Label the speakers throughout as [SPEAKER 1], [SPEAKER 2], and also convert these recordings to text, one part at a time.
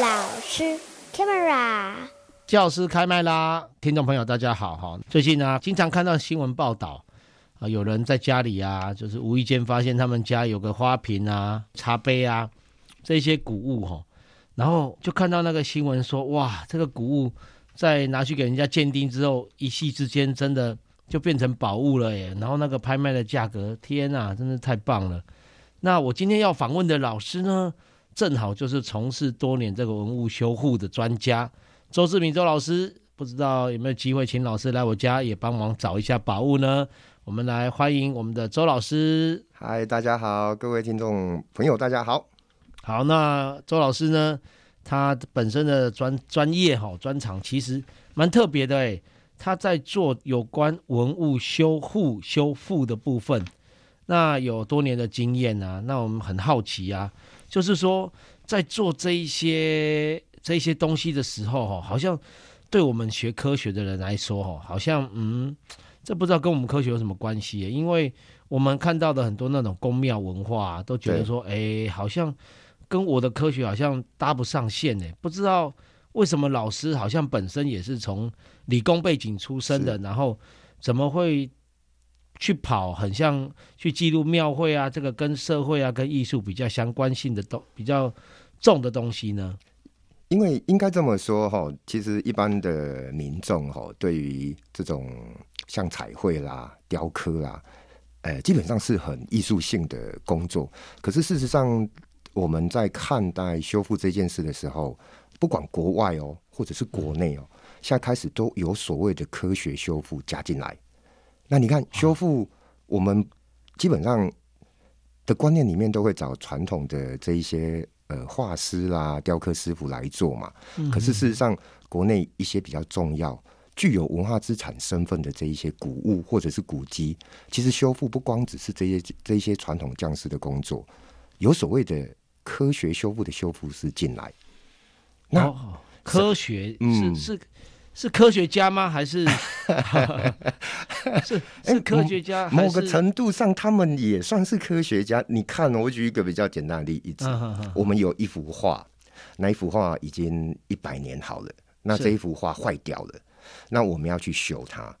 [SPEAKER 1] 老师，camera，
[SPEAKER 2] 教师开麦啦！听众朋友，大家好哈！最近呢、经常看到新闻报道啊、有人在家里啊，就是无意间发现他们家有个花瓶啊、茶杯啊这些古物哈、然后就看到那个新闻说，哇，这个古物在拿去给人家鉴定之后，一夕之间真的就变成宝物了耶！然后那个拍卖的价格，天呐，真的太棒了！那我今天要访问的老师呢，正好就是从事多年这个文物修护的专家。周志明周老师，不知道有没有机会请老师来我家也帮忙找一下宝物呢？我们来欢迎我们的周老师。
[SPEAKER 3] 嗨，大家好，各位听众朋友，大家好。
[SPEAKER 2] 好，那周老师呢，他本身的专专业哈、专长其实蛮特别的诶，他在做有关文物修护修复的部分，那有多年的经验啊。那我们很好奇啊，就是说在做这一些这一些东西的时候哈、好像对我们学科学的人来说哈、好像嗯，这不知道跟我们科学有什么关系耶，因为我们看到的很多那种宫庙文化、啊，都觉得
[SPEAKER 3] 对
[SPEAKER 2] 说，哎，好像跟我的科学好像搭不上线呢，不知道为什么老师好像本身也是从理工背景出身的，然后怎么会去跑很像去记录庙会啊，这个跟社会啊、跟艺术比较相关性的东比较重的东西呢？
[SPEAKER 3] 因为应该这么说哈，其实一般的民众哈，对于这种像彩绘啦、雕刻啦，呃，基本上是很艺术性的工作。可是事实上，我们在看待修复这件事的时候，不管国外哦，或者是国内哦，现在开始都有所谓的科学修复加进来。那你看，修复我们基本上的观念里面都会找传统的这一些呃画师啦、雕刻师傅来做嘛。
[SPEAKER 2] 嗯
[SPEAKER 3] 可是事实上，国内一些比较重要、具有文化资产身份的这一些古物或者是古迹，其实修复不光只是这些这一些传统匠师的工作，有所谓的科学修复的修复师进来。那
[SPEAKER 2] 哦、科学是、
[SPEAKER 3] 嗯
[SPEAKER 2] 是是科学家吗？还 是是是科学家？啊还
[SPEAKER 3] 哎某
[SPEAKER 2] 是
[SPEAKER 3] 个程度上，他们也算是科学家。你看哦，我举一个比较简单的例子，
[SPEAKER 2] 嗯哼哼
[SPEAKER 3] 我们有一幅画，那一幅画已经一百年好了，那
[SPEAKER 2] 是
[SPEAKER 3] 这一幅画坏掉了，那我们要去修它。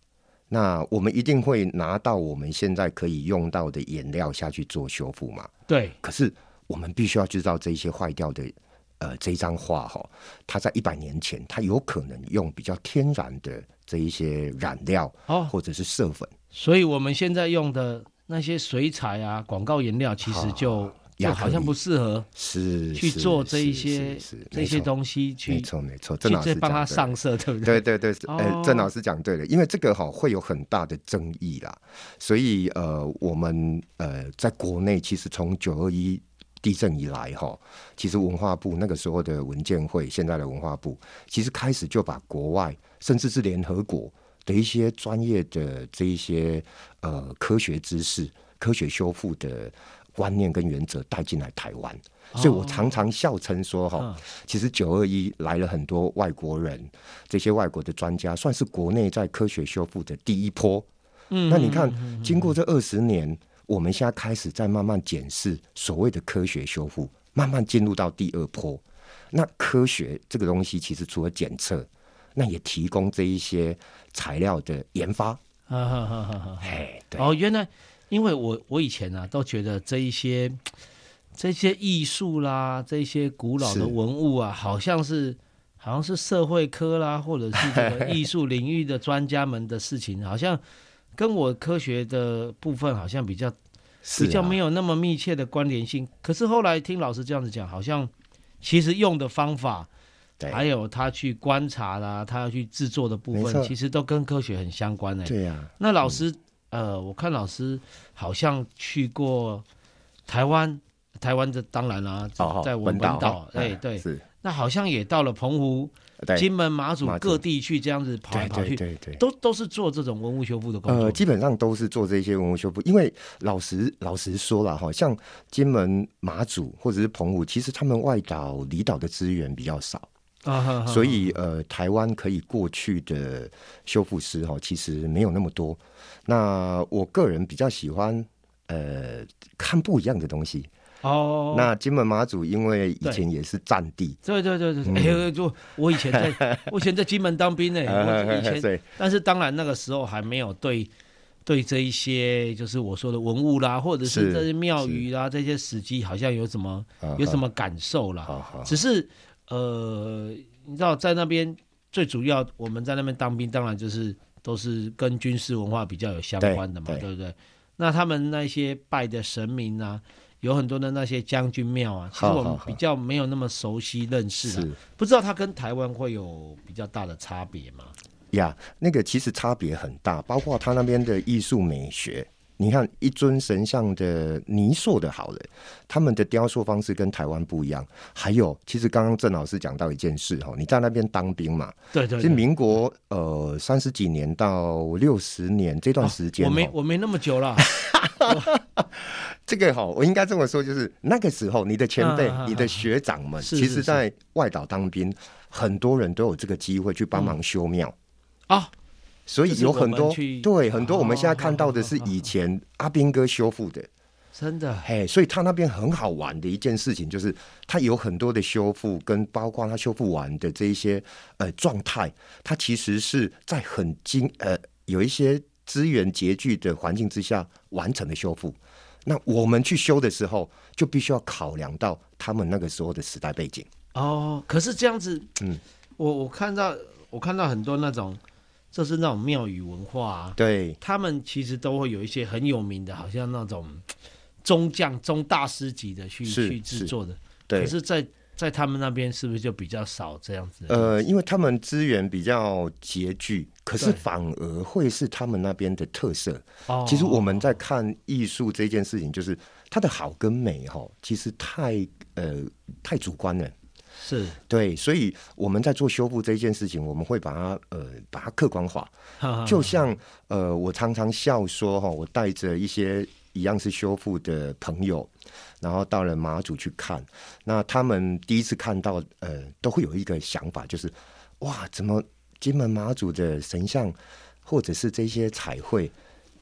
[SPEAKER 3] 那我们一定会拿到我们现在可以用到的颜料下去做修复嘛？
[SPEAKER 2] 对
[SPEAKER 3] 可是我们必须要知道这一些坏掉的，呃，这一张画哈，它在一百年前，它有可能用比较天然的这一些染料
[SPEAKER 2] 哦，
[SPEAKER 3] 或者是色粉，
[SPEAKER 2] 所以我们现在用的那些水彩啊、广告颜料，其实就就
[SPEAKER 3] 亚克
[SPEAKER 2] 好
[SPEAKER 3] 力
[SPEAKER 2] 像不适合
[SPEAKER 3] 是
[SPEAKER 2] 去
[SPEAKER 3] 是
[SPEAKER 2] 做这一
[SPEAKER 3] 是
[SPEAKER 2] 些
[SPEAKER 3] 是是
[SPEAKER 2] 这些
[SPEAKER 3] 没错
[SPEAKER 2] 东西去
[SPEAKER 3] 没错没错，郑
[SPEAKER 2] 去
[SPEAKER 3] 老
[SPEAKER 2] 再
[SPEAKER 3] 师
[SPEAKER 2] 帮
[SPEAKER 3] 讲
[SPEAKER 2] 它
[SPEAKER 3] 对
[SPEAKER 2] 上色，对不
[SPEAKER 3] 对？对对，呃，
[SPEAKER 2] 哦
[SPEAKER 3] 郑老师讲对了，因为这个哈、会有很大的争议啦，所以呃，我们呃在国内其实从九二一地震以来哈、其实文化部那个时候的文建会，现在的文化部其实开始就把国外甚至是联合国的一些专业的这一些呃科学知识、科学修复的观念跟原则带进来台湾，所以我常常笑称说哈、
[SPEAKER 2] 哦嗯
[SPEAKER 3] 其实九二一来了很多外国人，这些外国的专家算是国内在科学修复的第一波。
[SPEAKER 2] 嗯
[SPEAKER 3] 那你看，经过这二十年，我们现在开始在慢慢检视所谓的科学修复，慢慢进入到第二波。那科学这个东西，其实除了检测，那也提供这一些材料的研发。
[SPEAKER 2] 哈哈哈哈哈。
[SPEAKER 3] 哎，对，
[SPEAKER 2] 哦，原来因为我我以前啊都觉得这一些这些艺术啦，这些古老
[SPEAKER 3] 是
[SPEAKER 2] 的文物啊，好像是好像是社会科啦，或者是这 个艺术领域的专家们的事情，好像跟我科学的部分好像比较
[SPEAKER 3] 是啊
[SPEAKER 2] 比较没
[SPEAKER 3] 有
[SPEAKER 2] 有那么密切的关联性。可是后来听老师这样子讲，好像其实用的方法，
[SPEAKER 3] 对
[SPEAKER 2] 还有他去观察啦，他要去制作的部
[SPEAKER 3] 没
[SPEAKER 2] 分，
[SPEAKER 3] 错
[SPEAKER 2] 其实都跟科学很相关诶、
[SPEAKER 3] 对啊呀、
[SPEAKER 2] 那老师，呃，我看老师好像去过台湾，台湾的当然啦、
[SPEAKER 3] 哦，
[SPEAKER 2] 在我们
[SPEAKER 3] 本
[SPEAKER 2] 本
[SPEAKER 3] 岛
[SPEAKER 2] 岛，，
[SPEAKER 3] 哎
[SPEAKER 2] 哎对，
[SPEAKER 3] 是，
[SPEAKER 2] 那好像也到了澎湖、
[SPEAKER 3] 对，
[SPEAKER 2] 金门、马祖
[SPEAKER 3] 马祖
[SPEAKER 2] 各地去这样子跑来
[SPEAKER 3] 对
[SPEAKER 2] 跑
[SPEAKER 3] 对
[SPEAKER 2] 去，
[SPEAKER 3] 对对。
[SPEAKER 2] 都都是做这种文物修复的工
[SPEAKER 3] 呃，
[SPEAKER 2] 作。
[SPEAKER 3] 基本上都是做这些文物修复，因为老实老实说了哈，像金门、马祖或者是澎湖，其实他们外岛离岛的资源比较少，
[SPEAKER 2] 啊哈哈
[SPEAKER 3] 所以呃，台湾可以过去的修复师哈，其实没有那么多。那我个人比较喜欢呃看不一样的东西。
[SPEAKER 2] 哦，
[SPEAKER 3] 那金门、马祖因为以前也是战地，
[SPEAKER 2] 对对对对，哎呦，就我以前在，我以前在金门当兵呢、我以 前
[SPEAKER 3] 对
[SPEAKER 2] 但是当然那个时候还没有对对这一些就是我说的文物啦，或者是
[SPEAKER 3] 是
[SPEAKER 2] 这些庙宇啦这些史迹，好像有什么
[SPEAKER 3] 啊
[SPEAKER 2] 有什？么感受啦。
[SPEAKER 3] 好好，
[SPEAKER 2] 只是啊呃，你知道在那边最主要我们在那边当兵，当然就是都是跟军事文化比较有相关的嘛，
[SPEAKER 3] 对
[SPEAKER 2] 对
[SPEAKER 3] 对
[SPEAKER 2] 不对？那他们那些拜的神明啊，有很多的那些将军庙啊，其实
[SPEAKER 3] 好
[SPEAKER 2] 我们
[SPEAKER 3] 好好
[SPEAKER 2] 比较没有那么熟悉认识的，
[SPEAKER 3] 是
[SPEAKER 2] 不知道它跟台湾会有比较大的差别吗？
[SPEAKER 3] 呀那个其实差别很大，包括他那边的艺术美学。你看一尊神像的泥塑的好人，他们的雕塑方式跟台湾不一样。还有，其实刚刚郑老师讲到一件事哈，你在那边当兵嘛，
[SPEAKER 2] 对对
[SPEAKER 3] 是
[SPEAKER 2] 对。
[SPEAKER 3] 民国呃三十几年到六十年这段时间、
[SPEAKER 2] 哦我没
[SPEAKER 3] 齁
[SPEAKER 2] 我没那么久 了，
[SPEAKER 3] 这个哈，我应该这么说，就是那个时候你的前辈、
[SPEAKER 2] 啊啊啊
[SPEAKER 3] 你的学长们，
[SPEAKER 2] 是
[SPEAKER 3] 其
[SPEAKER 2] 是
[SPEAKER 3] 实在外岛当兵，很多人都有这个机会去
[SPEAKER 2] 嗯
[SPEAKER 3] 帮忙修庙。哦
[SPEAKER 2] 啊，
[SPEAKER 3] 所以有很
[SPEAKER 2] 就是我们
[SPEAKER 3] 多
[SPEAKER 2] 去
[SPEAKER 3] 对很多我们现在看到的是
[SPEAKER 2] 哦哦哦哦
[SPEAKER 3] 以前阿兵哥修复的，
[SPEAKER 2] 真的
[SPEAKER 3] 嘿，所以他那边很好玩的一件事情就是，他有很多的修复，跟包括他修复完的这一些呃状态，他其实是在很精呃有一些资源拮据的环境之下完成的修复。那我们去修的时候，就必须要考量到他们那个时候的时代背景。
[SPEAKER 2] 哦。可是这样子，
[SPEAKER 3] 嗯，
[SPEAKER 2] 我我看到我看到很多那种，就是那种庙宇文化啊，
[SPEAKER 3] 对，
[SPEAKER 2] 他们其实都会有一些很有名的，好像那种中将、中大师级的去
[SPEAKER 3] 是
[SPEAKER 2] 去制作的。
[SPEAKER 3] 对
[SPEAKER 2] 可是在，在他们那边是不是就比较少这样子的？
[SPEAKER 3] 呃，因为他们资源比较拮据，可是
[SPEAKER 2] 对
[SPEAKER 3] 反而会是他们那边的特色。
[SPEAKER 2] 哦
[SPEAKER 3] 其实我们在看艺术这件事情，就是它的好跟美哈，其实太呃太主观了。
[SPEAKER 2] 是
[SPEAKER 3] 对，所以我们在做修复这件事情，我们会把它呃把它客观化。
[SPEAKER 2] 哈哈
[SPEAKER 3] 就像呃，我常常笑说哈，我带着一些一样是修复的朋友，然后到了马祖去看，那他们第一次看到呃，都会有一个想法，就是哇，怎么金门马祖的神像或者是这些彩绘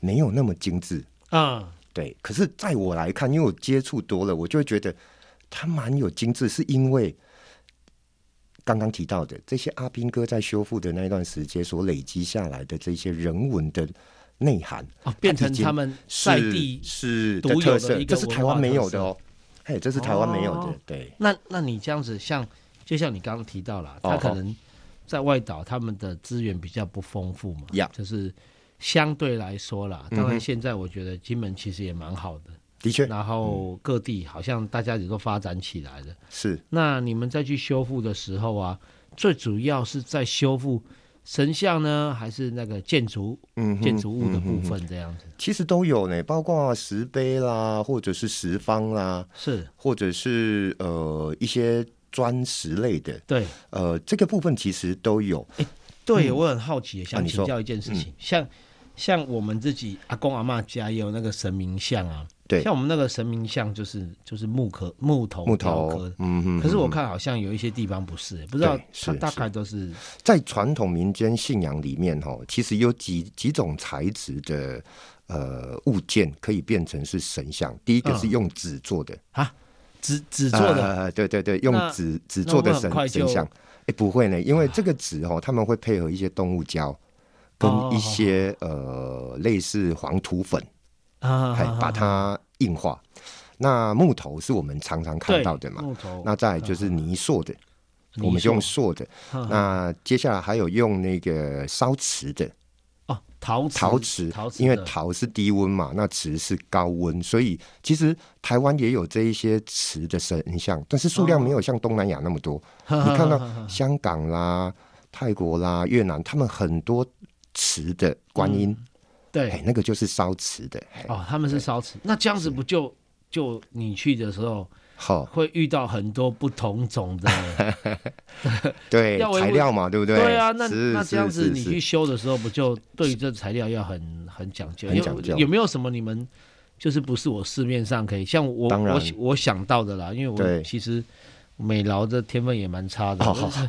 [SPEAKER 3] 没有那么精致？
[SPEAKER 2] 啊、
[SPEAKER 3] 对，可是在我来看，因为我接触多了，我就会觉得它蛮有精致，是因为刚刚提到的这些阿兵哥在修复的那一段时间所累积下来的这些人文的内涵，
[SPEAKER 2] 哦，变成
[SPEAKER 3] 已经
[SPEAKER 2] 他们
[SPEAKER 3] 是
[SPEAKER 2] 在地。
[SPEAKER 3] 是
[SPEAKER 2] 独有的
[SPEAKER 3] 特色
[SPEAKER 2] 一个
[SPEAKER 3] 这是台湾没有的哦，嘿，这是台湾没有的，
[SPEAKER 2] 哦
[SPEAKER 3] 对，
[SPEAKER 2] 那那你这样子像，就像你刚刚提到了，他
[SPEAKER 3] 哦
[SPEAKER 2] 可能在外岛他们的资源比较不丰富嘛，
[SPEAKER 3] 呀
[SPEAKER 2] 就是相对来说啦。
[SPEAKER 3] 嗯哼
[SPEAKER 2] 当然，现在我觉得金门其实也蛮好的，
[SPEAKER 3] 的确
[SPEAKER 2] 然
[SPEAKER 3] 嗯
[SPEAKER 2] 后各地好像大家也都发展起来了。
[SPEAKER 3] 是
[SPEAKER 2] 那你们再去修复的时候啊，最主要是在修复神像呢，还是那个建筑
[SPEAKER 3] 嗯哼
[SPEAKER 2] 建筑物的部
[SPEAKER 3] 嗯哼
[SPEAKER 2] 分这样子？
[SPEAKER 3] 其实都有呢，包括石碑啦，或者是石方啦，
[SPEAKER 2] 是
[SPEAKER 3] 或者是呃一些砖石类的，
[SPEAKER 2] 对
[SPEAKER 3] 呃，这个部分其实都有。
[SPEAKER 2] 哦对，我很好奇，想
[SPEAKER 3] 嗯哦你
[SPEAKER 2] 请
[SPEAKER 3] 说嗯
[SPEAKER 2] 教一件事情，像像我们自己阿公阿嬷家也有那个神明像啊，
[SPEAKER 3] 对
[SPEAKER 2] 像我们那个神明像就是就是木刻木头
[SPEAKER 3] 木
[SPEAKER 2] 雕
[SPEAKER 3] 头
[SPEAKER 2] 刻的，
[SPEAKER 3] 嗯哼
[SPEAKER 2] 可是我看好像有一些地方不是，不知道
[SPEAKER 3] 对
[SPEAKER 2] 它
[SPEAKER 3] 是
[SPEAKER 2] 大
[SPEAKER 3] 是
[SPEAKER 2] 概都是
[SPEAKER 3] 在传统民间信仰里面，哈，其实有几几种材质的呃物件可以变成是神像。第一个是用纸做的，
[SPEAKER 2] 啊纸嗯纸做的，
[SPEAKER 3] 呃对对对，用
[SPEAKER 2] 那
[SPEAKER 3] 纸纸
[SPEAKER 2] 那
[SPEAKER 3] 做的
[SPEAKER 2] 会很
[SPEAKER 3] 神
[SPEAKER 2] 快就
[SPEAKER 3] 神像。哎，不会呢，因为这个纸哦，他们会配合一些动物胶，跟
[SPEAKER 2] 哦
[SPEAKER 3] 一些呃类似黄土粉，
[SPEAKER 2] 啊
[SPEAKER 3] 哎，把它硬化。那木头是我们常常看到的
[SPEAKER 2] 对
[SPEAKER 3] 嘛，
[SPEAKER 2] 木头，嗯
[SPEAKER 3] 那再来就是泥塑的，我们就用塑的。
[SPEAKER 2] 那
[SPEAKER 3] 那接下来还有用那个烧瓷的
[SPEAKER 2] 哦，陶瓷，
[SPEAKER 3] 陶瓷，
[SPEAKER 2] 陶瓷的，
[SPEAKER 3] 因为陶是低温嘛，那瓷是高温，所以其实台湾也有这一些瓷的神像，但是数量没有像东南亚那么多。你看到香港啦、泰国啦、越南，他们很多瓷的观音，
[SPEAKER 2] 嗯
[SPEAKER 3] 哎
[SPEAKER 2] 对哦
[SPEAKER 3] 哎、那个就是烧瓷的。嘿
[SPEAKER 2] 哦，他们是烧瓷，那这样子不就就你去的时候，
[SPEAKER 3] 好，
[SPEAKER 2] 会遇到很多不同种的。
[SPEAKER 3] 对
[SPEAKER 2] 要维护
[SPEAKER 3] 材料嘛，对不对？
[SPEAKER 2] 对啊，那
[SPEAKER 3] 是
[SPEAKER 2] 那这样子
[SPEAKER 3] 是
[SPEAKER 2] 你
[SPEAKER 3] 是
[SPEAKER 2] 去修的时候，不就对于这材料要很很讲究？
[SPEAKER 3] 很讲究
[SPEAKER 2] 有有没有什么你们就是不是我市面上可以像我
[SPEAKER 3] 当然
[SPEAKER 2] 我我想到的啦？因为我
[SPEAKER 3] 对
[SPEAKER 2] 其实美劳的天分也蛮差的。
[SPEAKER 3] 哦
[SPEAKER 2] 但是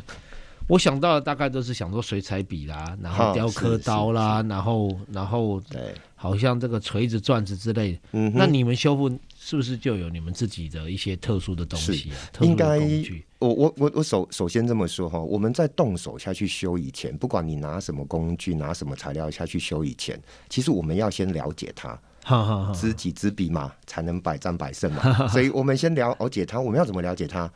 [SPEAKER 2] 我想到的大概都是想说水彩笔啦，然后
[SPEAKER 3] 哦
[SPEAKER 2] 雕刻
[SPEAKER 3] 是是
[SPEAKER 2] 刀啦，然后然后
[SPEAKER 3] 对，
[SPEAKER 2] 好像这个锤子、钻子之类的。
[SPEAKER 3] 嗯哼，
[SPEAKER 2] 那你们修复是不是就有你们自己的一些特殊的东西啊？特殊
[SPEAKER 3] 应
[SPEAKER 2] 的
[SPEAKER 3] 该
[SPEAKER 2] 工具？
[SPEAKER 3] 我我我我首首先这么说哈，我们在动手下去修以前，不管你拿什么工具、拿什么材料下去修以前，其实我们要先了解它，
[SPEAKER 2] 哈哈哈。
[SPEAKER 3] 知己知彼嘛，才能百战百 胜嘛。所以我们先了了解它，我们要怎么了解它？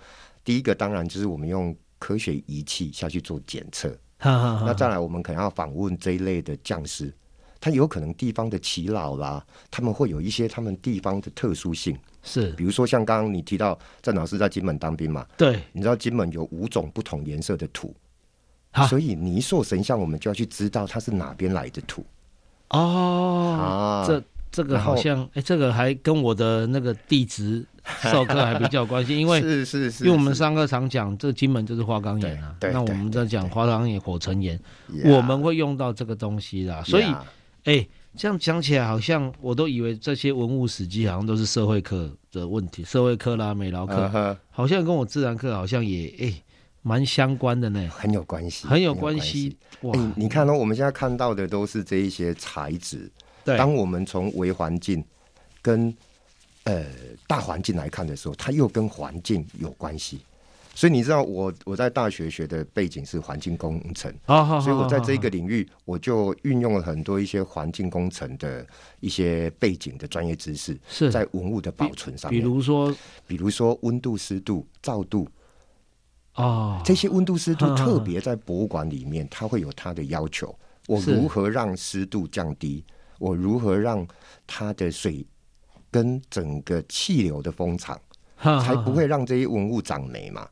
[SPEAKER 3] 第一个当然就是我们用科学仪器下去做检测，
[SPEAKER 2] 哈哈哈。
[SPEAKER 3] 那再来，我们可能要访问这一类的匠师，他有可能地方的耆老啦，他们会有一些他们地方的特殊性，
[SPEAKER 2] 是
[SPEAKER 3] 比如说像刚刚你提到郑老师在金门当兵嘛，
[SPEAKER 2] 对，
[SPEAKER 3] 你知道金门有五种不同颜色的土
[SPEAKER 2] 啊，
[SPEAKER 3] 所以泥塑神像我们就要去知道它是哪边来的土
[SPEAKER 2] 哦，
[SPEAKER 3] 啊。
[SPEAKER 2] 这这个
[SPEAKER 3] 然后
[SPEAKER 2] 好像，哎，这个还跟我的那个地 质授课还比较有关系，因为
[SPEAKER 3] 是是是，
[SPEAKER 2] 因为我们
[SPEAKER 3] 是
[SPEAKER 2] 上课常讲，这金门就是花岗岩啊，
[SPEAKER 3] 对对
[SPEAKER 2] 那我们在讲花岗岩、火成岩，
[SPEAKER 3] Yeah，
[SPEAKER 2] 我们会用到这个东西啦，所以，
[SPEAKER 3] Yeah，
[SPEAKER 2] 哎，这样讲起来好像我都以为这些文物史迹好像都是社会课的问题，社会课啦、美劳
[SPEAKER 3] 嗯
[SPEAKER 2] 课，
[SPEAKER 3] 哼
[SPEAKER 2] 好像跟我自然课好像也哎蛮相关的呢，
[SPEAKER 3] 很有关系，
[SPEAKER 2] 很有关系。哇
[SPEAKER 3] 哎，你看哦，我们现在看到的都是这一些材质，
[SPEAKER 2] 对，
[SPEAKER 3] 当我们从微环境跟呃大环境来看的时候，它又跟环境有关系。所以你知道我我在大学学的背景是环境工程，
[SPEAKER 2] 好好，
[SPEAKER 3] 所以我在这
[SPEAKER 2] 一
[SPEAKER 3] 一个领域我就运用了很多一些环境工程的一些背景的专业知识，
[SPEAKER 2] 是
[SPEAKER 3] 在文物的保存上
[SPEAKER 2] 比
[SPEAKER 3] 面，
[SPEAKER 2] 如说
[SPEAKER 3] 比如说温度、湿度、照度
[SPEAKER 2] 哦，
[SPEAKER 3] 这些温度、湿
[SPEAKER 2] 哼
[SPEAKER 3] 度，
[SPEAKER 2] 哼哼
[SPEAKER 3] 特别在博物馆里面，它会有它的要求。我
[SPEAKER 2] 是
[SPEAKER 3] 如何让湿度降低？我如何让它的水跟整个气流的风场，才
[SPEAKER 2] 才
[SPEAKER 3] 不会让这些文物长霉嘛？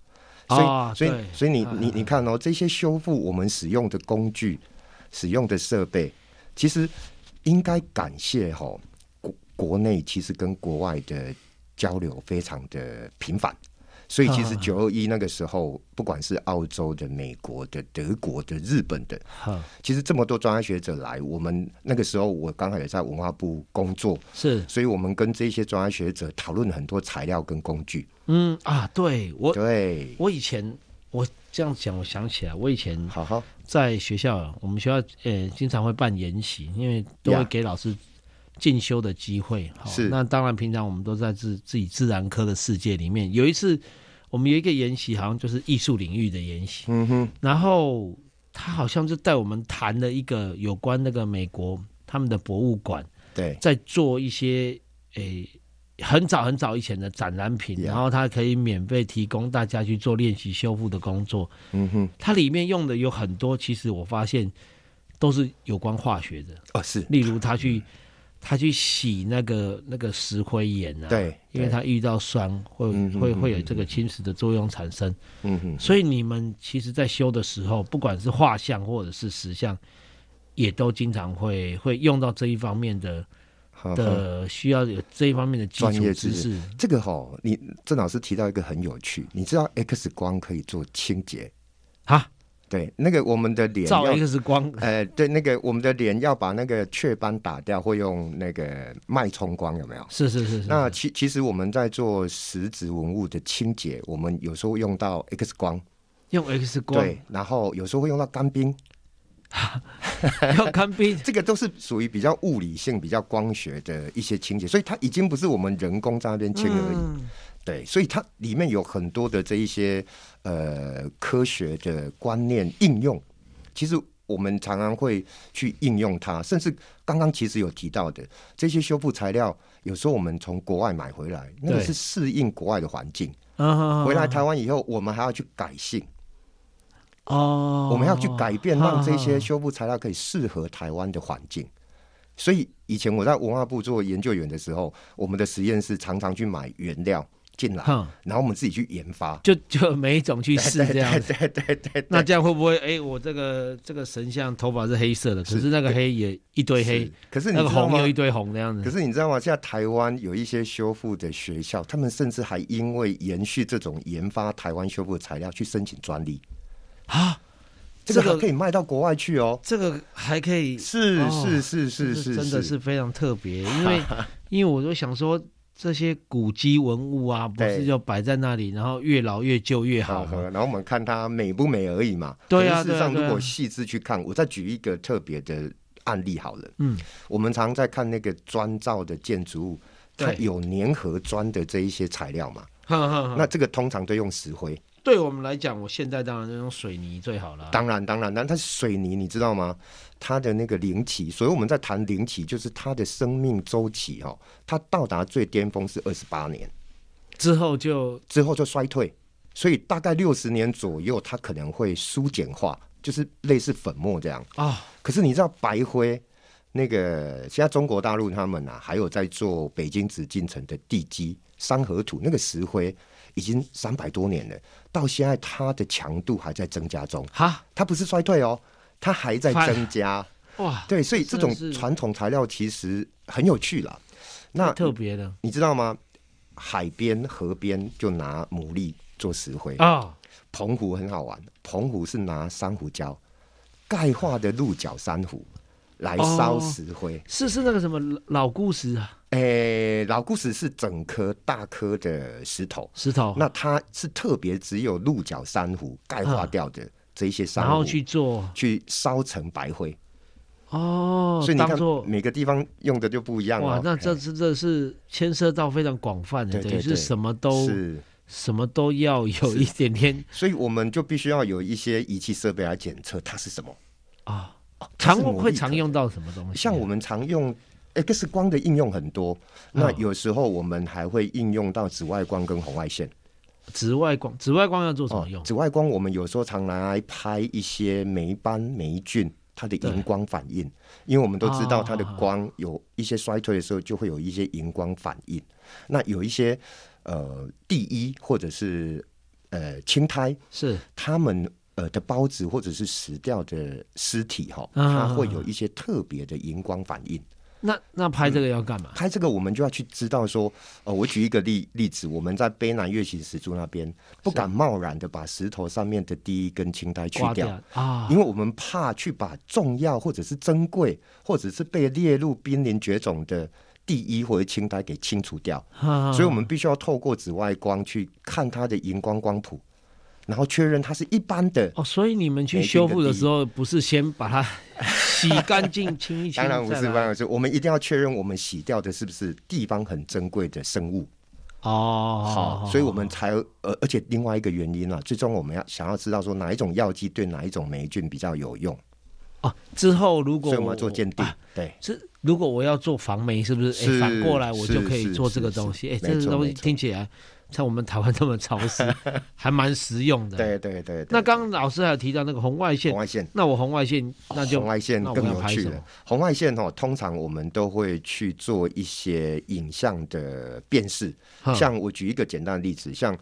[SPEAKER 3] 所以，
[SPEAKER 2] 啊
[SPEAKER 3] 所以
[SPEAKER 2] 对，
[SPEAKER 3] 所以你
[SPEAKER 2] 嗯
[SPEAKER 3] 你你看哦，这些修复我们使用的工具、使用的设备，其实应该感谢哈、国国内其实跟国外的交流非常的频繁。所以其实
[SPEAKER 2] 嗯
[SPEAKER 3] 九二一那个时候，不管是澳洲的、美国的、德国的、日本的，
[SPEAKER 2] 哈
[SPEAKER 3] 其实这么多专家学者来，我们那个时候我刚好也在文化部工作，
[SPEAKER 2] 是
[SPEAKER 3] 所以我们跟这些专家学者讨论很多材料跟工具。
[SPEAKER 2] 嗯啊，对我
[SPEAKER 3] 对，
[SPEAKER 2] 我以前我这样讲，我想起来，我以前
[SPEAKER 3] 好好，
[SPEAKER 2] 在学校，我们学校呃经常会办研习，因为都会
[SPEAKER 3] Yeah
[SPEAKER 2] 给老师进修的机会。好
[SPEAKER 3] 是
[SPEAKER 2] 那当然平常我们都在自自己自然科的世界里面。有一次我们有一个研习，好像就是艺术领域的研习，
[SPEAKER 3] 嗯哼，
[SPEAKER 2] 然后他好像就带我们谈了一个有关那个美国他们的博物馆。
[SPEAKER 3] 对，
[SPEAKER 2] 在做一些诶、很早很早以前的展览品
[SPEAKER 3] Yeah
[SPEAKER 2] 然后它可以免费提供大家去做练习修复的工作。
[SPEAKER 3] 嗯哼，
[SPEAKER 2] 它里面用的有很多，其实我发现都是有关化学的，
[SPEAKER 3] 哦是，
[SPEAKER 2] 例如他去他去洗那个那个石灰岩啊，，
[SPEAKER 3] 对，
[SPEAKER 2] 因为
[SPEAKER 3] 对，
[SPEAKER 2] 它遇到酸会
[SPEAKER 3] 嗯哼
[SPEAKER 2] 会
[SPEAKER 3] 嗯哼
[SPEAKER 2] 会有这个侵蚀的作用产生。
[SPEAKER 3] 嗯哼，
[SPEAKER 2] 所以你们其实，在修的时候，不管是画像或者是石像，也都经常会会用到这一方面的
[SPEAKER 3] 好好。
[SPEAKER 2] 的需要有这一方面的基
[SPEAKER 3] 嗯专
[SPEAKER 2] 础
[SPEAKER 3] 业
[SPEAKER 2] 知
[SPEAKER 3] 知识
[SPEAKER 2] 识。
[SPEAKER 3] 这个哈、你郑老师提到一个很有趣，你知道 X 光可以做清洁，啊
[SPEAKER 2] 哈，
[SPEAKER 3] 对，那个我们的脸
[SPEAKER 2] 照
[SPEAKER 3] 要
[SPEAKER 2] X 光，
[SPEAKER 3] 呃，对，那个我们的脸要把那个雀斑打掉，会用那个脉冲光，有没有？
[SPEAKER 2] 是是是是，
[SPEAKER 3] 那其其实我们在做实质文物的清洁，我们有时候会用到 X 光，
[SPEAKER 2] 用 X 光，
[SPEAKER 3] 对，然后有时候会用到干冰，
[SPEAKER 2] 要看 病
[SPEAKER 3] 这个都是属于比较物理性、比较光学的一些清洁，所以它已经不是我们人工在那边清而已。对，所以它里面有很多的这一些呃科学的观念应用，其实我们常常会去应用它，甚至刚刚其实有提到的这些修复材料，有时候我们从国外买回来，那个
[SPEAKER 2] 对
[SPEAKER 3] 是适应国外的环境，
[SPEAKER 2] 啊
[SPEAKER 3] 回来台湾以后，我们还要去改性，
[SPEAKER 2] 哦，
[SPEAKER 3] 我们要去改变，
[SPEAKER 2] 哈
[SPEAKER 3] 让这些修复材料可以适合台湾的环境。所以以前我在文化部做研究员的时候，我们的实验室常常去买原料，进来，
[SPEAKER 2] 哼，
[SPEAKER 3] 然后我们自己去研发。
[SPEAKER 2] 就就每一种去试这样
[SPEAKER 3] 对
[SPEAKER 2] 子。
[SPEAKER 3] 对对对对对
[SPEAKER 2] 那这样会不会？哎，我这个这个神像头发是黑色的，可
[SPEAKER 3] 是
[SPEAKER 2] 是那个黑也一堆黑
[SPEAKER 3] 是，可是你
[SPEAKER 2] 那个
[SPEAKER 3] 知道
[SPEAKER 2] 红
[SPEAKER 3] 吗
[SPEAKER 2] 又一堆红那样
[SPEAKER 3] 可
[SPEAKER 2] 子。
[SPEAKER 3] 是你知道吗？现在台湾有一些修复的学校，他们甚至还因为延续这种研发台湾修复的材料去申请专利，
[SPEAKER 2] 啊，
[SPEAKER 3] 这个
[SPEAKER 2] 这个
[SPEAKER 3] 还可以卖到国外去哦。
[SPEAKER 2] 这个还可以，
[SPEAKER 3] 是
[SPEAKER 2] 哦
[SPEAKER 3] 是是
[SPEAKER 2] 这
[SPEAKER 3] 是是，
[SPEAKER 2] 真的是非常特 别，因为因为我就想说。这些古迹文物啊，不是
[SPEAKER 3] 对
[SPEAKER 2] 就摆在那里，然后越老越旧越好
[SPEAKER 3] 好
[SPEAKER 2] 吗？
[SPEAKER 3] 然后我们看它美不美而已嘛。
[SPEAKER 2] 对啊
[SPEAKER 3] 可是事实上，
[SPEAKER 2] 对啊对啊
[SPEAKER 3] 如果细致去看，我再举一个特别的案例好了。
[SPEAKER 2] 嗯，
[SPEAKER 3] 我们常在看那个砖造的建筑物，它
[SPEAKER 2] 对嗯
[SPEAKER 3] 有粘合砖的这一些材料嘛。
[SPEAKER 2] 哼哼哼
[SPEAKER 3] 那这个通常都用石灰，
[SPEAKER 2] 对我们来讲，我现在当然就用水泥最好了。
[SPEAKER 3] 当然当然，但它是水泥，你知道吗？它的那个灵体，所以我们在谈灵体，就是它的生命周期哦，它到达最巅峰是二十八年。
[SPEAKER 2] 之后就
[SPEAKER 3] 之后就衰退，所以大概六十年左右，它可能会疏简化，就是类似粉末这样。
[SPEAKER 2] 啊，
[SPEAKER 3] 可是你知道白灰那个，现在中国大陆他们啊，还有在做北京紫禁城的地基山河土，那个石灰已经三百多年了，到现在它的强度还在增加中，
[SPEAKER 2] 哈
[SPEAKER 3] 它不是衰退哦，它还在
[SPEAKER 2] 反
[SPEAKER 3] 增加。
[SPEAKER 2] 哇，
[SPEAKER 3] 对，所以这种
[SPEAKER 2] 真的是
[SPEAKER 3] 传统材料其实很有趣啦。那
[SPEAKER 2] 特别的
[SPEAKER 3] 你知道吗？海边、河边就拿牡蛎做石灰，
[SPEAKER 2] 啊，
[SPEAKER 3] 澎湖很好玩。澎湖是拿珊瑚礁钙化的鹿角珊瑚来烧石灰。
[SPEAKER 2] 是是那个什么老老故事啊，
[SPEAKER 3] 诶、老故事是整颗大颗的石头，
[SPEAKER 2] 石头，
[SPEAKER 3] 那它是特别只有鹿角珊瑚钙化掉的这一些珊
[SPEAKER 2] 然
[SPEAKER 3] 瑚，
[SPEAKER 2] 后去做
[SPEAKER 3] 去烧成白灰。
[SPEAKER 2] 哦
[SPEAKER 3] 所以，你
[SPEAKER 2] 当
[SPEAKER 3] 看
[SPEAKER 2] 做
[SPEAKER 3] 每个地方用的就不一样
[SPEAKER 2] 哇
[SPEAKER 3] 哦，。
[SPEAKER 2] 那这
[SPEAKER 3] 嘿
[SPEAKER 2] 真的是牵涉到非常广泛的，
[SPEAKER 3] 对
[SPEAKER 2] 等
[SPEAKER 3] 对
[SPEAKER 2] 于是
[SPEAKER 3] 对
[SPEAKER 2] 什么都
[SPEAKER 3] 是，
[SPEAKER 2] 什么都要有一点点
[SPEAKER 3] 所以我们就必须要有一些仪器设备来检测它是什么。
[SPEAKER 2] 啊，常
[SPEAKER 3] 它哦是牡蛎
[SPEAKER 2] 会常
[SPEAKER 3] 壳
[SPEAKER 2] 用到什么东西啊？
[SPEAKER 3] 像我们常用 X 光的应用很多，
[SPEAKER 2] 嗯
[SPEAKER 3] 那有时候我们还会应用到紫外光跟红外线。哦
[SPEAKER 2] 紫外光，紫外光要做什么用？
[SPEAKER 3] 紫外光我们有时候常拿来拍一些霉斑、霉菌。它的
[SPEAKER 2] 对
[SPEAKER 3] 荧光反应，因为我们都知道它的
[SPEAKER 2] 啊
[SPEAKER 3] 光有一些衰退的时候，就会有一些荧光反应。那有一些呃地衣或者是呃青苔，
[SPEAKER 2] 是
[SPEAKER 3] 他们呃的孢子或者是死掉的尸体哈，
[SPEAKER 2] 啊
[SPEAKER 3] 它会有一些特别的荧光反应。
[SPEAKER 2] 那那
[SPEAKER 3] 嗯
[SPEAKER 2] 拍这个要干嘛？
[SPEAKER 3] 拍这个我们就要去知道说，呃，我举一个例例子，我们在卑南月形石柱那边不敢贸然的把石头上面的第一根青苔去
[SPEAKER 2] 刮
[SPEAKER 3] 掉，
[SPEAKER 2] 啊
[SPEAKER 3] 因为我们怕去把重要或者是珍贵或者是被列入濒临绝种的第一或者青苔给清除掉，
[SPEAKER 2] 啊，
[SPEAKER 3] 所以我们必须要透过紫外光去看它的荧光光谱，然后确认它是一般的。
[SPEAKER 2] 哦，所以你们去
[SPEAKER 3] 没定
[SPEAKER 2] 修
[SPEAKER 3] 的
[SPEAKER 2] 复的
[SPEAKER 3] 地
[SPEAKER 2] 时候，不是先把它洗干净、清一清，
[SPEAKER 3] 当然不
[SPEAKER 2] 再
[SPEAKER 3] 是，当
[SPEAKER 2] 来
[SPEAKER 3] 然不是，我们一定要确认我们洗掉的是不是地方很珍贵的生物。
[SPEAKER 2] 哦，
[SPEAKER 3] 好，所以我们才呃，而且另外一个原因啊，最终我们要想要知道说哪一种药剂对哪一种霉菌比较有用，
[SPEAKER 2] 哦之后如果
[SPEAKER 3] 所以我们要做鉴定
[SPEAKER 2] 啊。
[SPEAKER 3] 对，
[SPEAKER 2] 是如果我要做防霉，是不是？哎，
[SPEAKER 3] 是
[SPEAKER 2] 反过来我就可以
[SPEAKER 3] 是
[SPEAKER 2] 做
[SPEAKER 3] 是
[SPEAKER 2] 这个
[SPEAKER 3] 是
[SPEAKER 2] 东西。哎，
[SPEAKER 3] 没
[SPEAKER 2] 这个
[SPEAKER 3] 错
[SPEAKER 2] 东西
[SPEAKER 3] 没错
[SPEAKER 2] 听起来，在我们台湾这么潮 湿，还蛮实用的。，
[SPEAKER 3] 对对对。
[SPEAKER 2] 那
[SPEAKER 3] 对
[SPEAKER 2] 刚刚老师还有提到那个红外线
[SPEAKER 3] 红，外线，
[SPEAKER 2] 那我红外线那就
[SPEAKER 3] 红外线
[SPEAKER 2] 那我
[SPEAKER 3] 更
[SPEAKER 2] 要
[SPEAKER 3] 有
[SPEAKER 2] 拍
[SPEAKER 3] 趣
[SPEAKER 2] 什
[SPEAKER 3] 了
[SPEAKER 2] 么。
[SPEAKER 3] 红外线哦，通常我们都会去做一些影像的辨识，
[SPEAKER 2] 哼
[SPEAKER 3] 像我举一个简单的例子，像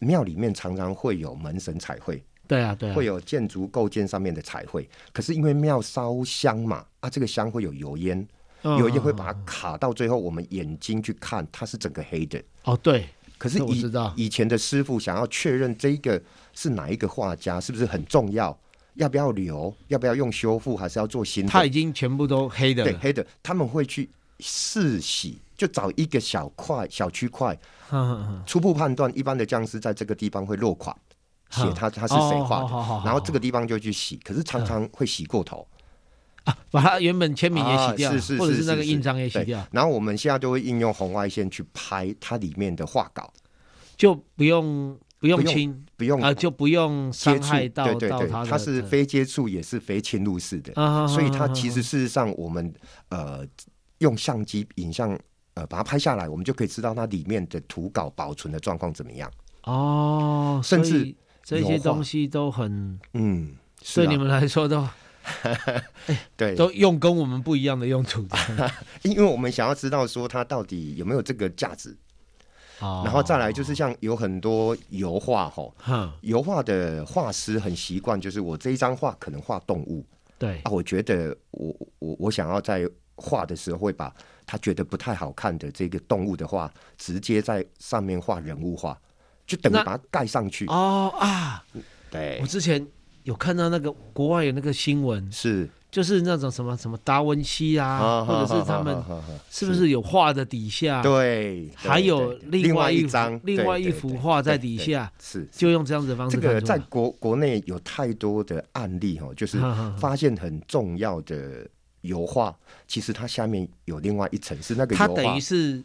[SPEAKER 3] 庙里面常常会有门神彩绘，
[SPEAKER 2] 对啊对啊，
[SPEAKER 3] 会有建筑构件上面的彩绘，可是因为庙烧香嘛，啊，这个香会有油烟，
[SPEAKER 2] 嗯
[SPEAKER 3] 有一些
[SPEAKER 2] 嗯
[SPEAKER 3] 会
[SPEAKER 2] 嗯
[SPEAKER 3] 把它卡到最后，我们眼睛去看，它是整个黑的。
[SPEAKER 2] 哦对，
[SPEAKER 3] 可是
[SPEAKER 2] 这我
[SPEAKER 3] 以
[SPEAKER 2] 知道
[SPEAKER 3] 以前的师傅想要确认这一个是哪一个画家，是不是很重要？要不要留？要不要用修复？还是要做新
[SPEAKER 2] 它
[SPEAKER 3] 的？
[SPEAKER 2] 已经全部都黑的
[SPEAKER 3] 嗯对
[SPEAKER 2] 了。
[SPEAKER 3] 黑的，他们会去试洗，就找一个小块、小区块，
[SPEAKER 2] 哼哼哼
[SPEAKER 3] 初步判断一般的僵尸在这个地方会落款，写
[SPEAKER 2] 哼
[SPEAKER 3] 他他是谁
[SPEAKER 2] 哦
[SPEAKER 3] 画
[SPEAKER 2] 好好好
[SPEAKER 3] 的，
[SPEAKER 2] 好
[SPEAKER 3] 然后
[SPEAKER 2] 好
[SPEAKER 3] 这个地方就去洗，可是常常会洗过头。
[SPEAKER 2] 啊，把它原本签名也洗掉，
[SPEAKER 3] 啊、是是
[SPEAKER 2] 或者
[SPEAKER 3] 是
[SPEAKER 2] 那个印章也
[SPEAKER 3] 对
[SPEAKER 2] 洗掉，
[SPEAKER 3] 然后我们现在都会应用红外线去拍它里面的画稿，
[SPEAKER 2] 就不用不用
[SPEAKER 3] 不用
[SPEAKER 2] 亲
[SPEAKER 3] 不用
[SPEAKER 2] 啊、就不用
[SPEAKER 3] 接
[SPEAKER 2] 伤
[SPEAKER 3] 触，
[SPEAKER 2] 害到
[SPEAKER 3] 对对
[SPEAKER 2] 到
[SPEAKER 3] 对
[SPEAKER 2] 他，的。
[SPEAKER 3] 它是非接触也是非侵入式的，
[SPEAKER 2] 啊
[SPEAKER 3] 所以它其实事实上我们呃用相机影像。呃，把它拍下来，我们就可以知道它里面的图稿保存的状况怎么样。
[SPEAKER 2] 哦，
[SPEAKER 3] 甚至
[SPEAKER 2] 所以这些
[SPEAKER 3] 油画
[SPEAKER 2] 东西都很
[SPEAKER 3] 嗯，是
[SPEAKER 2] 对
[SPEAKER 3] 啊
[SPEAKER 2] 你，们来说都
[SPEAKER 3] 对，
[SPEAKER 2] 都用跟我们不一样的用途。
[SPEAKER 3] 因为我们想要知道说它到底有没有这个价值，
[SPEAKER 2] 哦
[SPEAKER 3] 然后再来就是像有很多油画吼，
[SPEAKER 2] 哼，
[SPEAKER 3] 油画的画师很习惯，就是我这一张画可能画动物
[SPEAKER 2] 对
[SPEAKER 3] 啊，我觉得我我我想要在画的时候会把他觉得不太好看的这个动物的画，直接在上面画人物画，就等于
[SPEAKER 2] 那
[SPEAKER 3] 把它盖上去。
[SPEAKER 2] 哦啊，
[SPEAKER 3] 对
[SPEAKER 2] 我，之前有看到那个国外有那个新闻，
[SPEAKER 3] 是
[SPEAKER 2] 就是那种什么什么达文西啊，或者是他们是不
[SPEAKER 3] 是
[SPEAKER 2] 是有画的底下，，
[SPEAKER 3] 对，对
[SPEAKER 2] 还有
[SPEAKER 3] 对对
[SPEAKER 2] 另
[SPEAKER 3] 外
[SPEAKER 2] 外一
[SPEAKER 3] 一张
[SPEAKER 2] 幅另外一幅画在底。
[SPEAKER 3] 对对对对
[SPEAKER 2] 下，
[SPEAKER 3] 是
[SPEAKER 2] 就用这样子的方式
[SPEAKER 3] 这
[SPEAKER 2] 看
[SPEAKER 3] 个
[SPEAKER 2] 出
[SPEAKER 3] 在
[SPEAKER 2] 来。
[SPEAKER 3] 国国内有太多的案例哦，就是
[SPEAKER 2] 哈哈哈
[SPEAKER 3] 发现很重要的油画，其实它下面有另外一层是那个
[SPEAKER 2] 它
[SPEAKER 3] 油
[SPEAKER 2] 等
[SPEAKER 3] 画嗯
[SPEAKER 2] 于，是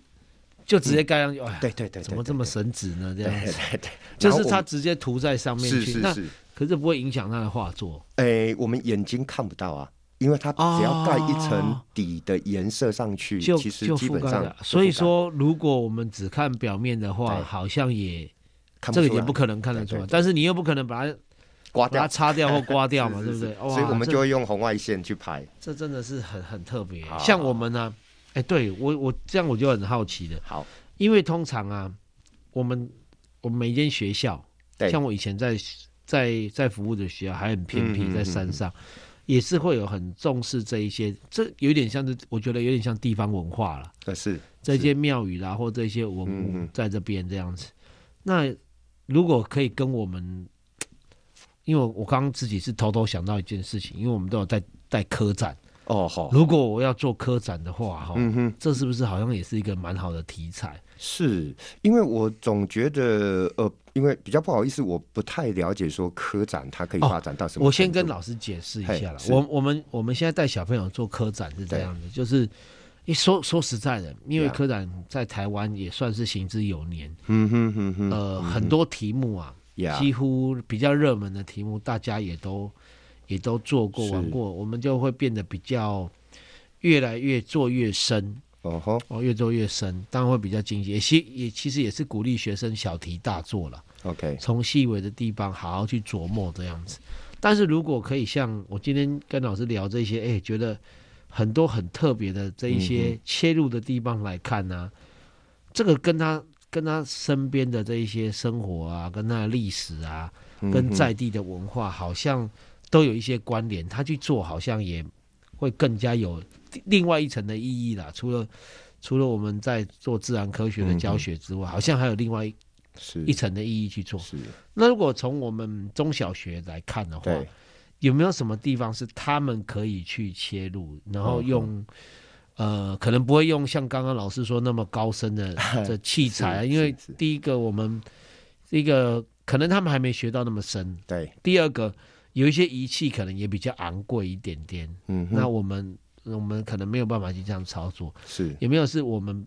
[SPEAKER 2] 就直接盖上去，哎呀，
[SPEAKER 3] 对对对，
[SPEAKER 2] 怎么这么神职呢？这
[SPEAKER 3] 对？对
[SPEAKER 2] 样
[SPEAKER 3] 对
[SPEAKER 2] 子，
[SPEAKER 3] 对对，
[SPEAKER 2] 就是
[SPEAKER 3] 然
[SPEAKER 2] 它
[SPEAKER 3] 后
[SPEAKER 2] 直接涂在上
[SPEAKER 3] 我
[SPEAKER 2] 面
[SPEAKER 3] 们
[SPEAKER 2] 去，
[SPEAKER 3] 是是
[SPEAKER 2] 那
[SPEAKER 3] 是，
[SPEAKER 2] 可是不会影响它的画作。
[SPEAKER 3] 哎，我们眼睛看不到啊，因为它只要盖一层
[SPEAKER 2] 哦
[SPEAKER 3] 底的颜色上去，
[SPEAKER 2] 就
[SPEAKER 3] 嗯其实
[SPEAKER 2] 就
[SPEAKER 3] 基
[SPEAKER 2] 覆
[SPEAKER 3] 本
[SPEAKER 2] 盖
[SPEAKER 3] 上
[SPEAKER 2] 了
[SPEAKER 3] 就。覆
[SPEAKER 2] 所以
[SPEAKER 3] 盖
[SPEAKER 2] 说，如果我们只看表面的话，
[SPEAKER 3] 对
[SPEAKER 2] 好像也
[SPEAKER 3] 看
[SPEAKER 2] 这个
[SPEAKER 3] 出
[SPEAKER 2] 也
[SPEAKER 3] 来
[SPEAKER 2] 不可能看得出
[SPEAKER 3] 对
[SPEAKER 2] 来
[SPEAKER 3] 对。对
[SPEAKER 2] 但是你又不可能把它
[SPEAKER 3] 刮
[SPEAKER 2] 把它
[SPEAKER 3] 掉，
[SPEAKER 2] 擦掉或刮掉嘛，
[SPEAKER 3] 是
[SPEAKER 2] 对
[SPEAKER 3] 是
[SPEAKER 2] 不
[SPEAKER 3] 是
[SPEAKER 2] 对？哇，
[SPEAKER 3] 所以我们
[SPEAKER 2] 这
[SPEAKER 3] 就会用红外线去拍。
[SPEAKER 2] 这真的是很很特别
[SPEAKER 3] 好。
[SPEAKER 2] 像我们呢，哎，对我我这样我就很好奇了，
[SPEAKER 3] 好，
[SPEAKER 2] 因为通常啊，我们我们每一间学校，
[SPEAKER 3] 对，
[SPEAKER 2] 像我以前在在在服务的学校还很偏
[SPEAKER 3] 嗯嗯
[SPEAKER 2] 僻，
[SPEAKER 3] 嗯
[SPEAKER 2] 在山上。也是会有很重视这一些，这有点像是我觉得有点像地方文化了。
[SPEAKER 3] 呃是
[SPEAKER 2] 这些庙宇啦，或这些文
[SPEAKER 3] 嗯
[SPEAKER 2] 物
[SPEAKER 3] 嗯
[SPEAKER 2] 在这边这样子。那如果可以跟我们，因为我刚刚自己是偷偷想到一件事情，因为我们都有在带科展，
[SPEAKER 3] 哦好，
[SPEAKER 2] 如果我要做科展的话，哈、
[SPEAKER 3] 嗯哼。
[SPEAKER 2] 这是不是好像也是一个蛮好的题材？
[SPEAKER 3] 是因为我总觉得呃，因为比较不好意思，我不太了解说科展它可以
[SPEAKER 2] 哦
[SPEAKER 3] 发展到什么程度、
[SPEAKER 2] 我先跟老师解释一下了
[SPEAKER 3] 嘿。是
[SPEAKER 2] 我我们我们现在带小朋友做科展是这样的，就是。一说说实在的，因为
[SPEAKER 3] 对啊
[SPEAKER 2] 科展在台湾也算是行之有年，
[SPEAKER 3] 嗯哼哼哼
[SPEAKER 2] 呃，很多题目啊，
[SPEAKER 3] 呀
[SPEAKER 2] 几乎比较热门的题目，大家也都也都做过、
[SPEAKER 3] 是
[SPEAKER 2] 玩过，我们就会变得比较越来越做越深
[SPEAKER 3] 哦吼
[SPEAKER 2] 哦，越做越深，当然会比较精细。也其也其实也是鼓励学生小题大做了，
[SPEAKER 3] ，OK
[SPEAKER 2] 从细微的地方好好去琢磨这样子。但是如果可以像我今天跟老师聊这些，哎，觉得很多很特别的这一
[SPEAKER 3] 嗯
[SPEAKER 2] 些切入的地方来看呢、这个跟他跟他身边的这一些生活啊，跟他的历史啊，
[SPEAKER 3] 嗯哼
[SPEAKER 2] 跟在地的文化好像都有一些关联，他去做好像也会更加有另外一层的意义啦。除了除了我们在做自然科
[SPEAKER 3] 嗯
[SPEAKER 2] 学的教学之外，好像还有另外一
[SPEAKER 3] 是
[SPEAKER 2] 一层的意义去做。
[SPEAKER 3] 是
[SPEAKER 2] 那如果从我们中小学来看的话，
[SPEAKER 3] 对
[SPEAKER 2] 有没有什么地方是他们可以去切入，然
[SPEAKER 3] 嗯
[SPEAKER 2] 后用、呃，可能不会用像刚刚老师说那么高深 的的器材啊，
[SPEAKER 3] 是
[SPEAKER 2] 因为
[SPEAKER 3] 是
[SPEAKER 2] 第一个我们一个可能他们还没学到那么深，
[SPEAKER 3] 对
[SPEAKER 2] 第二个有一些仪器可能也比较昂贵一点点，
[SPEAKER 3] 嗯哼
[SPEAKER 2] 那我们我们可能没有办法去这样操作，
[SPEAKER 3] 是
[SPEAKER 2] 有没有是我们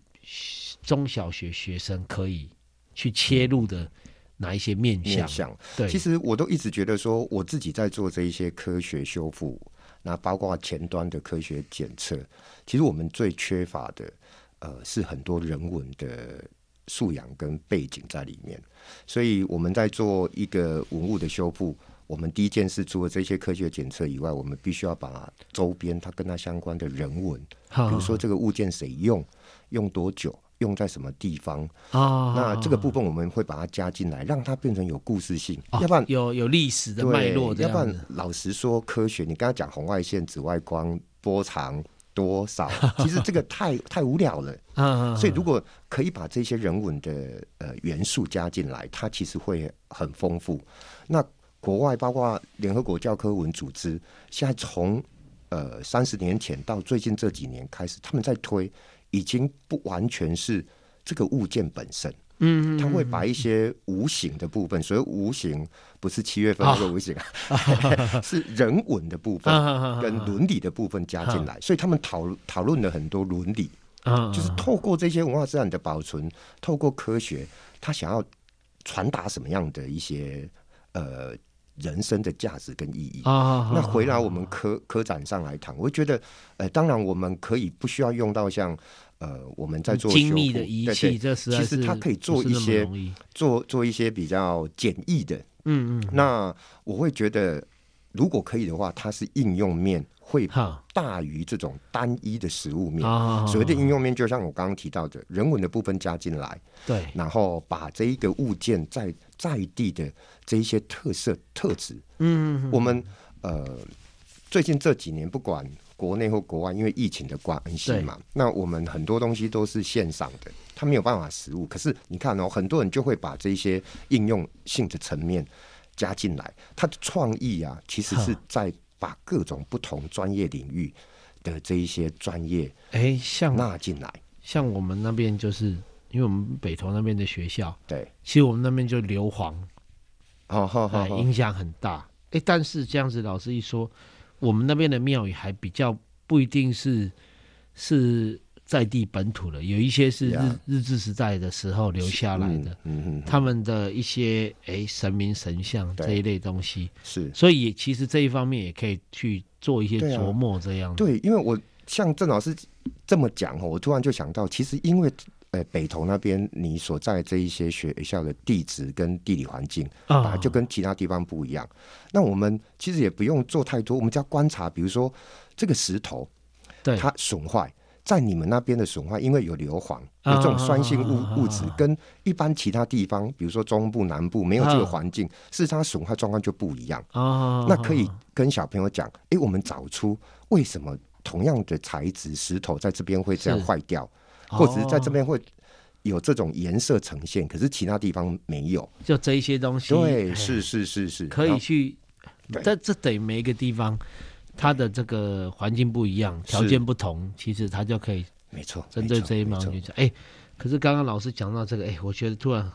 [SPEAKER 2] 中小学学生可以去切入的哪一些面向？
[SPEAKER 3] 面向。
[SPEAKER 2] 对，
[SPEAKER 3] 其实我都一直觉得说，我自己在做这一些科学修复，那包括前端的科学检测，其实我们最缺乏的，呃，是很多人文的素养跟背景在里面。所以我们在做一个文物的修复，我们第一件事除了这些科学检测以外，我们必须要把周边它跟它相关的人文，
[SPEAKER 2] 哈
[SPEAKER 3] 比如说这个物件谁用，用多久，用在什么地方，
[SPEAKER 2] 啊，
[SPEAKER 3] 那这个部分我们会把它加进来，让它变成有故事性，
[SPEAKER 2] 哦
[SPEAKER 3] 要不然
[SPEAKER 2] 有有历史的脉
[SPEAKER 3] 对
[SPEAKER 2] 络这
[SPEAKER 3] 要不
[SPEAKER 2] 样
[SPEAKER 3] 然
[SPEAKER 2] 子。
[SPEAKER 3] 老实说，科学你刚刚讲红外线、紫外光、波长多少，其实这个 太太无聊了。
[SPEAKER 2] 嗯，
[SPEAKER 3] 所以如果可以把这些人文的呃元素加进来，它其实会很丰富。那国外包括联合国教科文组织，现在从呃三十年前到最近这几年开始，他们在推，已经不完全是这个物件本身。
[SPEAKER 2] 嗯，
[SPEAKER 3] 他会把一些无形的部分，所以无形不是七月份
[SPEAKER 2] 啊
[SPEAKER 3] 那个无形啊， 是人文的部分
[SPEAKER 2] 啊
[SPEAKER 3] 跟伦理的部分加进来，所以他们讨讨论了很多伦理，
[SPEAKER 2] 嗯，
[SPEAKER 3] 就是透过这些文化资产的保存，透过科学，他想要传达什么样的一些呃人生的价值跟意义。
[SPEAKER 2] 啊，
[SPEAKER 3] 那回来我们科科展上来谈，我觉得，呃，当然我们可以不需要用到像呃我们在做
[SPEAKER 2] 精
[SPEAKER 3] 修
[SPEAKER 2] 密
[SPEAKER 3] 复
[SPEAKER 2] 的仪
[SPEAKER 3] 对对
[SPEAKER 2] 器，这实在
[SPEAKER 3] 其实
[SPEAKER 2] 是
[SPEAKER 3] 它可以做
[SPEAKER 2] 不是
[SPEAKER 3] 一
[SPEAKER 2] 那么
[SPEAKER 3] 些
[SPEAKER 2] 容易
[SPEAKER 3] 做做一些比较简易的。
[SPEAKER 2] 嗯嗯，
[SPEAKER 3] 那我会觉得如果可以的话，它是应用面会
[SPEAKER 2] 哈
[SPEAKER 3] 大于这种单一的食物面。
[SPEAKER 2] 啊，
[SPEAKER 3] 所谓的应用面，就像我刚刚提到的，人文的部分加进来，
[SPEAKER 2] 对
[SPEAKER 3] 然后把这一个物件在在地的这一些特色特质，嗯，我们呃最近这几年不管国内或国外，因为疫情的关系嘛，那我们很多东西都是线上的，它没有办法实物。可是你看哦，很多人就会把这些应用性的层面加进来，它的创意啊，其实是
[SPEAKER 2] 哈
[SPEAKER 3] 在把各种不同专业领域的这一些专业
[SPEAKER 2] 哎，像
[SPEAKER 3] 纳进来，
[SPEAKER 2] 像我们那边就是，因为我们北投那边的学校，
[SPEAKER 3] 对。哦
[SPEAKER 2] 其实我们那边就硫磺，
[SPEAKER 3] 好好好
[SPEAKER 2] 哎，
[SPEAKER 3] 好，
[SPEAKER 2] 影响很大。哎，但是这样子，老师一说，我们那边的庙宇还比较不一定是是在地本土的，有一些是日
[SPEAKER 3] Yeah
[SPEAKER 2] 日治时代的时候留下来的，
[SPEAKER 3] 嗯，嗯嗯嗯，
[SPEAKER 2] 他们的一些哎神明神像
[SPEAKER 3] 对
[SPEAKER 2] 这一类东西，
[SPEAKER 3] 是
[SPEAKER 2] 所以也其实这一方面也可以去做一些
[SPEAKER 3] 对啊
[SPEAKER 2] 琢磨，这样子。
[SPEAKER 3] 对，因为我像郑老师这么讲哦，我突然就想到，其实因为呃北投那边你所在这一些学校的地质跟地理环境本来
[SPEAKER 2] 啊，
[SPEAKER 3] 就跟其他地方不一样，那我们其实也不用做太多，我们只要观察，比如说这个石头
[SPEAKER 2] 对
[SPEAKER 3] 它损坏。在你们那边的损坏，因为有硫磺，有这种酸性
[SPEAKER 2] 啊啊啊啊
[SPEAKER 3] 物
[SPEAKER 2] 啊
[SPEAKER 3] 物质，跟一般其他地方，比如说中部、南部没有这个环境，事实上它损坏状况就不一样。
[SPEAKER 2] 啊，
[SPEAKER 3] 那可以跟小朋友讲，诶，我们找出为什么同样的材质石头在这边会这样
[SPEAKER 2] 是
[SPEAKER 3] 坏掉，
[SPEAKER 2] 哦
[SPEAKER 3] 或者是在这边会有这种颜色呈现，可是其他地方没有。
[SPEAKER 2] 哦就这一些东西，
[SPEAKER 3] 对，
[SPEAKER 2] 哎
[SPEAKER 3] 是是是是，
[SPEAKER 2] 可以
[SPEAKER 3] 然后
[SPEAKER 2] 去
[SPEAKER 3] 对，
[SPEAKER 2] 但这得每一个地方它的这个环境不一样，条件不同，其实它就可以
[SPEAKER 3] 没错，
[SPEAKER 2] 针对
[SPEAKER 3] 没错
[SPEAKER 2] 这一方
[SPEAKER 3] 没错
[SPEAKER 2] 去讲。哎，可是刚刚老师讲到这个，哎，我觉得突然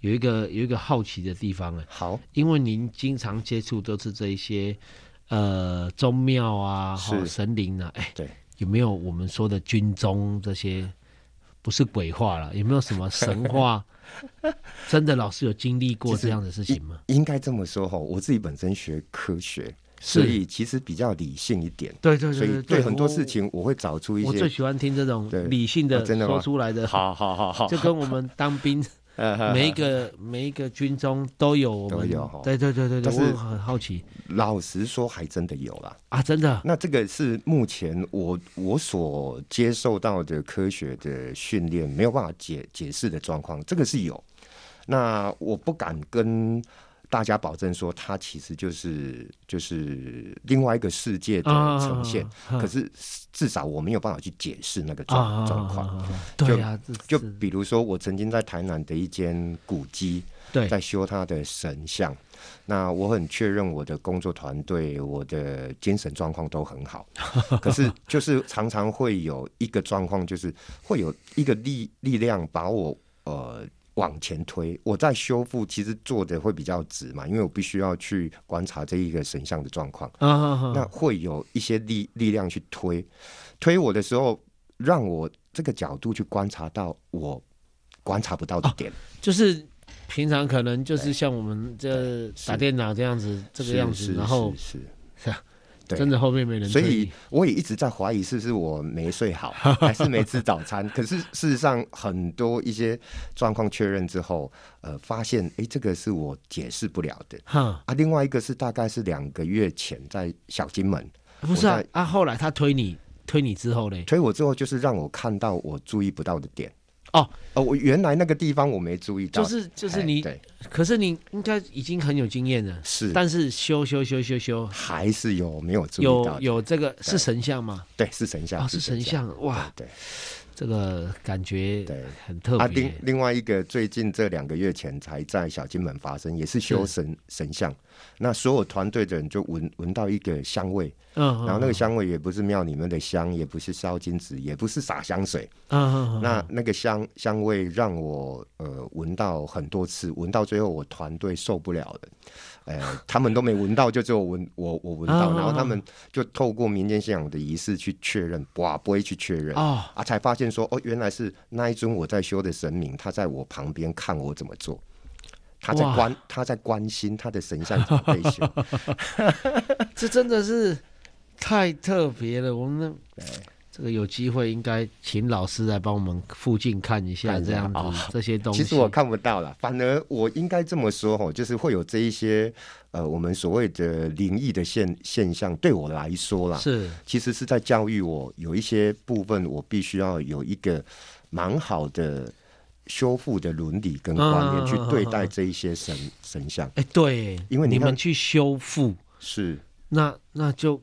[SPEAKER 2] 有一个有一个好奇的地方，哎，
[SPEAKER 3] 好，
[SPEAKER 2] 因为您经常接触都是这一些呃宗庙啊、
[SPEAKER 3] 是
[SPEAKER 2] 哦神灵啊，哎，
[SPEAKER 3] 对，
[SPEAKER 2] 有没有我们说的军中这些？不是鬼话了，有没有什么神 话？真的，老师有经历过
[SPEAKER 3] 其实
[SPEAKER 2] 这样的事情吗？
[SPEAKER 3] 应该这么说哈，我自己本身学科学，
[SPEAKER 2] 是
[SPEAKER 3] 所以其实比较理性一点，
[SPEAKER 2] 对对
[SPEAKER 3] 所
[SPEAKER 2] 对
[SPEAKER 3] 以
[SPEAKER 2] 对，
[SPEAKER 3] 对很多
[SPEAKER 2] 我
[SPEAKER 3] 事情我会找出一
[SPEAKER 2] 我最
[SPEAKER 3] 些。
[SPEAKER 2] 喜欢听这种
[SPEAKER 3] 对
[SPEAKER 2] 理性
[SPEAKER 3] 啊
[SPEAKER 2] 的
[SPEAKER 3] 真的吗
[SPEAKER 2] 说出来的，
[SPEAKER 3] 好好好好嗯
[SPEAKER 2] 就跟我们当 兵每一个每一个军中都有我们
[SPEAKER 3] 都有哈哦
[SPEAKER 2] 对对对对对，
[SPEAKER 3] 但是
[SPEAKER 2] 我很好奇
[SPEAKER 3] 老实说，还真的有啦。
[SPEAKER 2] 啊，真的
[SPEAKER 3] 那这个是目前我我所接受到的科学的训练没有办法解解释的状况，这个是有。那我不敢跟大家保证说它其实就是就是另外一个世界的
[SPEAKER 2] 啊
[SPEAKER 3] 呈现，
[SPEAKER 2] 啊
[SPEAKER 3] 可是至少我没有办法去解释那个
[SPEAKER 2] 啊
[SPEAKER 3] 状
[SPEAKER 2] 啊
[SPEAKER 3] 状，
[SPEAKER 2] 啊
[SPEAKER 3] 况。
[SPEAKER 2] 啊啊对啊，这
[SPEAKER 3] 就
[SPEAKER 2] 这
[SPEAKER 3] 比如说，我曾经在台南的一间古迹，
[SPEAKER 2] 对啊
[SPEAKER 3] 在修他的神像。那我很确认我的工作团队，我的精神状况都很 好。可是就是常常会有一个状况，就是会有一个力力量把我呃往前推。我在修复，其实做的会比较直嘛，因为我必须要去观察这一个神像的状况。
[SPEAKER 2] 啊啊
[SPEAKER 3] 那
[SPEAKER 2] 啊
[SPEAKER 3] 会有一些力力量去推，推我的时候，让我这个角度去观察到我观察不到
[SPEAKER 2] 哦
[SPEAKER 3] 的点。
[SPEAKER 2] 就是平常可能就是像我们这
[SPEAKER 3] 是
[SPEAKER 2] 打电脑这样子这个
[SPEAKER 3] 是
[SPEAKER 2] 样
[SPEAKER 3] 是
[SPEAKER 2] 子，然后
[SPEAKER 3] 是
[SPEAKER 2] 是
[SPEAKER 3] 是
[SPEAKER 2] 啊，
[SPEAKER 3] 对
[SPEAKER 2] 真的后面没人
[SPEAKER 3] 所
[SPEAKER 2] 推
[SPEAKER 3] 以
[SPEAKER 2] 你，
[SPEAKER 3] 我也一直在怀疑是不是我没 睡好，还是没吃早餐。可是事实上，很多一些状况确认之后，呃，发现诶，这个是我解释不了的
[SPEAKER 2] 哈
[SPEAKER 3] 啊。另外一个是大概是两个月前在小金门
[SPEAKER 2] 不是啊
[SPEAKER 3] 我在
[SPEAKER 2] 啊，后来他推你推你之后嘞，
[SPEAKER 3] 推我之后，就是让我看到我注意不到的点。
[SPEAKER 2] 哦
[SPEAKER 3] 哦，我原来那个地方我没注意到，
[SPEAKER 2] 就是就是
[SPEAKER 3] 哎
[SPEAKER 2] 你
[SPEAKER 3] 对
[SPEAKER 2] 可是你应该已经很有经验了，
[SPEAKER 3] 是，
[SPEAKER 2] 但是修修修修修，
[SPEAKER 3] 还是有没有注意到
[SPEAKER 2] 有
[SPEAKER 3] 的？
[SPEAKER 2] 有这个是
[SPEAKER 3] 对
[SPEAKER 2] 神像吗？
[SPEAKER 3] 对，是神像，
[SPEAKER 2] 啊，是神像，哇，
[SPEAKER 3] 对
[SPEAKER 2] 这个感觉
[SPEAKER 3] 对。
[SPEAKER 2] 很特
[SPEAKER 3] 啊，
[SPEAKER 2] 别
[SPEAKER 3] 另。另外一个最近这两个月前才在小金门发生，也是修神神像，那所有团队的人就闻闻到一个香味，
[SPEAKER 2] 嗯，
[SPEAKER 3] 然后那个
[SPEAKER 2] 嗯
[SPEAKER 3] 香味也不是庙里面的香，也不是烧金纸，也不是洒香水，
[SPEAKER 2] 嗯嗯嗯
[SPEAKER 3] 那那个香香味让我呃闻到很多次，闻到最后我团队受不了了，呃，他们都没闻到，就只有闻我我闻 到，
[SPEAKER 2] 啊
[SPEAKER 3] 然后他们就透过民间信仰的仪式去确认，哇，不会去确认。
[SPEAKER 2] 哦，
[SPEAKER 3] 啊，才发现说哦，原来是那一尊我在修的神明，他在我旁边看我怎么做，他在
[SPEAKER 2] 哇
[SPEAKER 3] 关他在关心他的神像怎么被 修。
[SPEAKER 2] 这真的是太特别了。我们那这个有机会应该请老师来帮我们附近看一下，
[SPEAKER 3] 看一下
[SPEAKER 2] 这样子、
[SPEAKER 3] 哦
[SPEAKER 2] 这些东西。
[SPEAKER 3] 其实我看不到了，反而我应该这么说哦，就是会有这一些呃，我们所谓的灵异的现现象，对我来说啦，
[SPEAKER 2] 是
[SPEAKER 3] 其实是在教育我有一些部分，我必须要有一个蛮好的修复的伦理跟观
[SPEAKER 2] 嗯嗯嗯
[SPEAKER 3] 念去
[SPEAKER 2] 嗯
[SPEAKER 3] 对
[SPEAKER 2] 嗯
[SPEAKER 3] 待
[SPEAKER 2] 嗯
[SPEAKER 3] 这一些神神像。
[SPEAKER 2] 哎、对，
[SPEAKER 3] 因为你
[SPEAKER 2] 你
[SPEAKER 3] 看
[SPEAKER 2] 们去修复，
[SPEAKER 3] 是
[SPEAKER 2] 那那就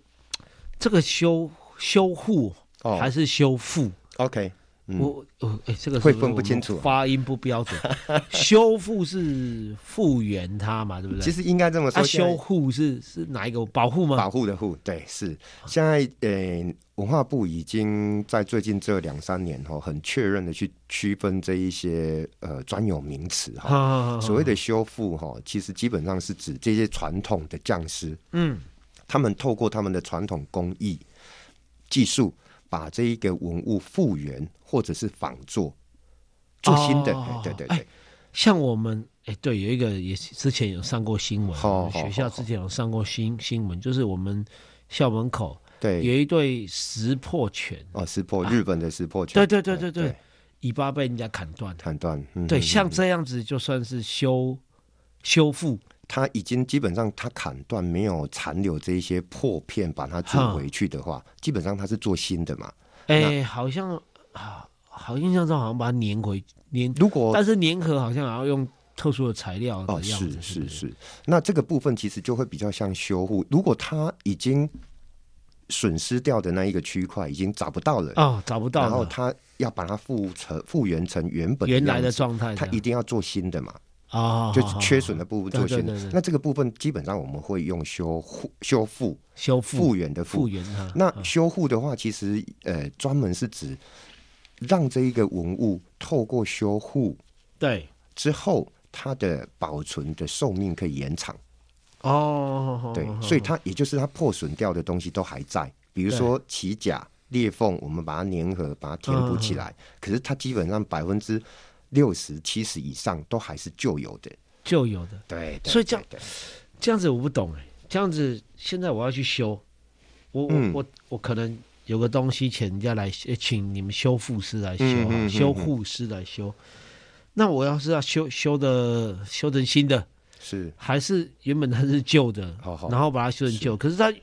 [SPEAKER 2] 这个修修护
[SPEAKER 3] 哦
[SPEAKER 2] 还是修复？
[SPEAKER 3] ，OK，嗯
[SPEAKER 2] 我我哎，这个
[SPEAKER 3] 会
[SPEAKER 2] 是是
[SPEAKER 3] 分不清楚
[SPEAKER 2] 我
[SPEAKER 3] 啊
[SPEAKER 2] 们发音不标准。 修复是复原它嘛，对不对？
[SPEAKER 3] 其实应该这么说，
[SPEAKER 2] 啊，
[SPEAKER 3] 现在
[SPEAKER 2] 修护是是哪一个保护吗？
[SPEAKER 3] 保护的护，对，是现在呃，文化部已经在最近这两三年哈、哦，很确认的去区分这一些呃专有名词哈、
[SPEAKER 2] 啊
[SPEAKER 3] 所谓的修复哈、哦，其实基本上是指这些传统的匠师，
[SPEAKER 2] 嗯，
[SPEAKER 3] 他们透过他们的传统工艺技术，把这一个文物复原或者是仿做，做新的，
[SPEAKER 2] 哦
[SPEAKER 3] 哎对对
[SPEAKER 2] 哎
[SPEAKER 3] 对，
[SPEAKER 2] 像我们哎，对，有一个也是之前有上过新闻，
[SPEAKER 3] 好
[SPEAKER 2] 我们
[SPEAKER 3] 好
[SPEAKER 2] 学校之前有上过新新闻，就是我们校门口有
[SPEAKER 3] 对，
[SPEAKER 2] 一对识破犬，
[SPEAKER 3] 哦，识破日本的识破犬，
[SPEAKER 2] 哎对对对对
[SPEAKER 3] 对
[SPEAKER 2] 对，，尾巴被人家砍断，
[SPEAKER 3] 判断，嗯
[SPEAKER 2] 对，
[SPEAKER 3] 嗯
[SPEAKER 2] 像
[SPEAKER 3] 嗯
[SPEAKER 2] 这样子就算是修修复，
[SPEAKER 3] 它已经基本上它砍断没有残留这一些破片，把它做回去的话，基本上它是做新的嘛。
[SPEAKER 2] 哎，好像啊，好印象中好像把它粘回粘，
[SPEAKER 3] 如果
[SPEAKER 2] 但是粘合好像还要用特殊的材料的
[SPEAKER 3] 哦，
[SPEAKER 2] 样子，
[SPEAKER 3] 是
[SPEAKER 2] 不
[SPEAKER 3] 是是，那这个部分其实就会比较像修护。如果它已经损失掉的那一个区块已经找不到了，
[SPEAKER 2] 哦，找不到
[SPEAKER 3] 然后
[SPEAKER 2] 了，
[SPEAKER 3] 它要把它复成复原成原本
[SPEAKER 2] 原来的
[SPEAKER 3] 样子
[SPEAKER 2] 状态这
[SPEAKER 3] 它
[SPEAKER 2] 样，
[SPEAKER 3] 一定要做新的嘛，
[SPEAKER 2] 啊，
[SPEAKER 3] 就
[SPEAKER 2] 好好
[SPEAKER 3] 是
[SPEAKER 2] 好
[SPEAKER 3] 缺损的部分
[SPEAKER 2] 对
[SPEAKER 3] 做
[SPEAKER 2] 对
[SPEAKER 3] 新的
[SPEAKER 2] 对对。
[SPEAKER 3] 那这个部分基本上我们会用修护、修复、
[SPEAKER 2] 修
[SPEAKER 3] 复
[SPEAKER 2] 复
[SPEAKER 3] 原的复
[SPEAKER 2] 哦复原它，
[SPEAKER 3] 那修护的话，其实呃，专门是指让这一个文物透过修护
[SPEAKER 2] 对
[SPEAKER 3] 之后，它的保存的寿命可以延长。
[SPEAKER 2] 哦，
[SPEAKER 3] 对
[SPEAKER 2] 好，好
[SPEAKER 3] 所以它也就是它破损掉的东西都还在，比如说起甲、裂缝，我们把它粘合，把它填补起来。
[SPEAKER 2] 嗯
[SPEAKER 3] 可是它基本上百分之六十、七十以上都还是旧有的。
[SPEAKER 2] 就有的，
[SPEAKER 3] 对，对
[SPEAKER 2] 所以这样
[SPEAKER 3] 对对
[SPEAKER 2] 这样子我不懂哎，这样子现在我要去修，我我
[SPEAKER 3] 嗯
[SPEAKER 2] 我我可能有个东西请人家来，呃请你们修复师来修
[SPEAKER 3] 嗯
[SPEAKER 2] 啊，
[SPEAKER 3] 嗯嗯
[SPEAKER 2] 修护师来修。那我要是要修修的修成新的，
[SPEAKER 3] 是
[SPEAKER 2] 还是原本它是旧的，
[SPEAKER 3] 好好
[SPEAKER 2] 然后把它修成旧，可是它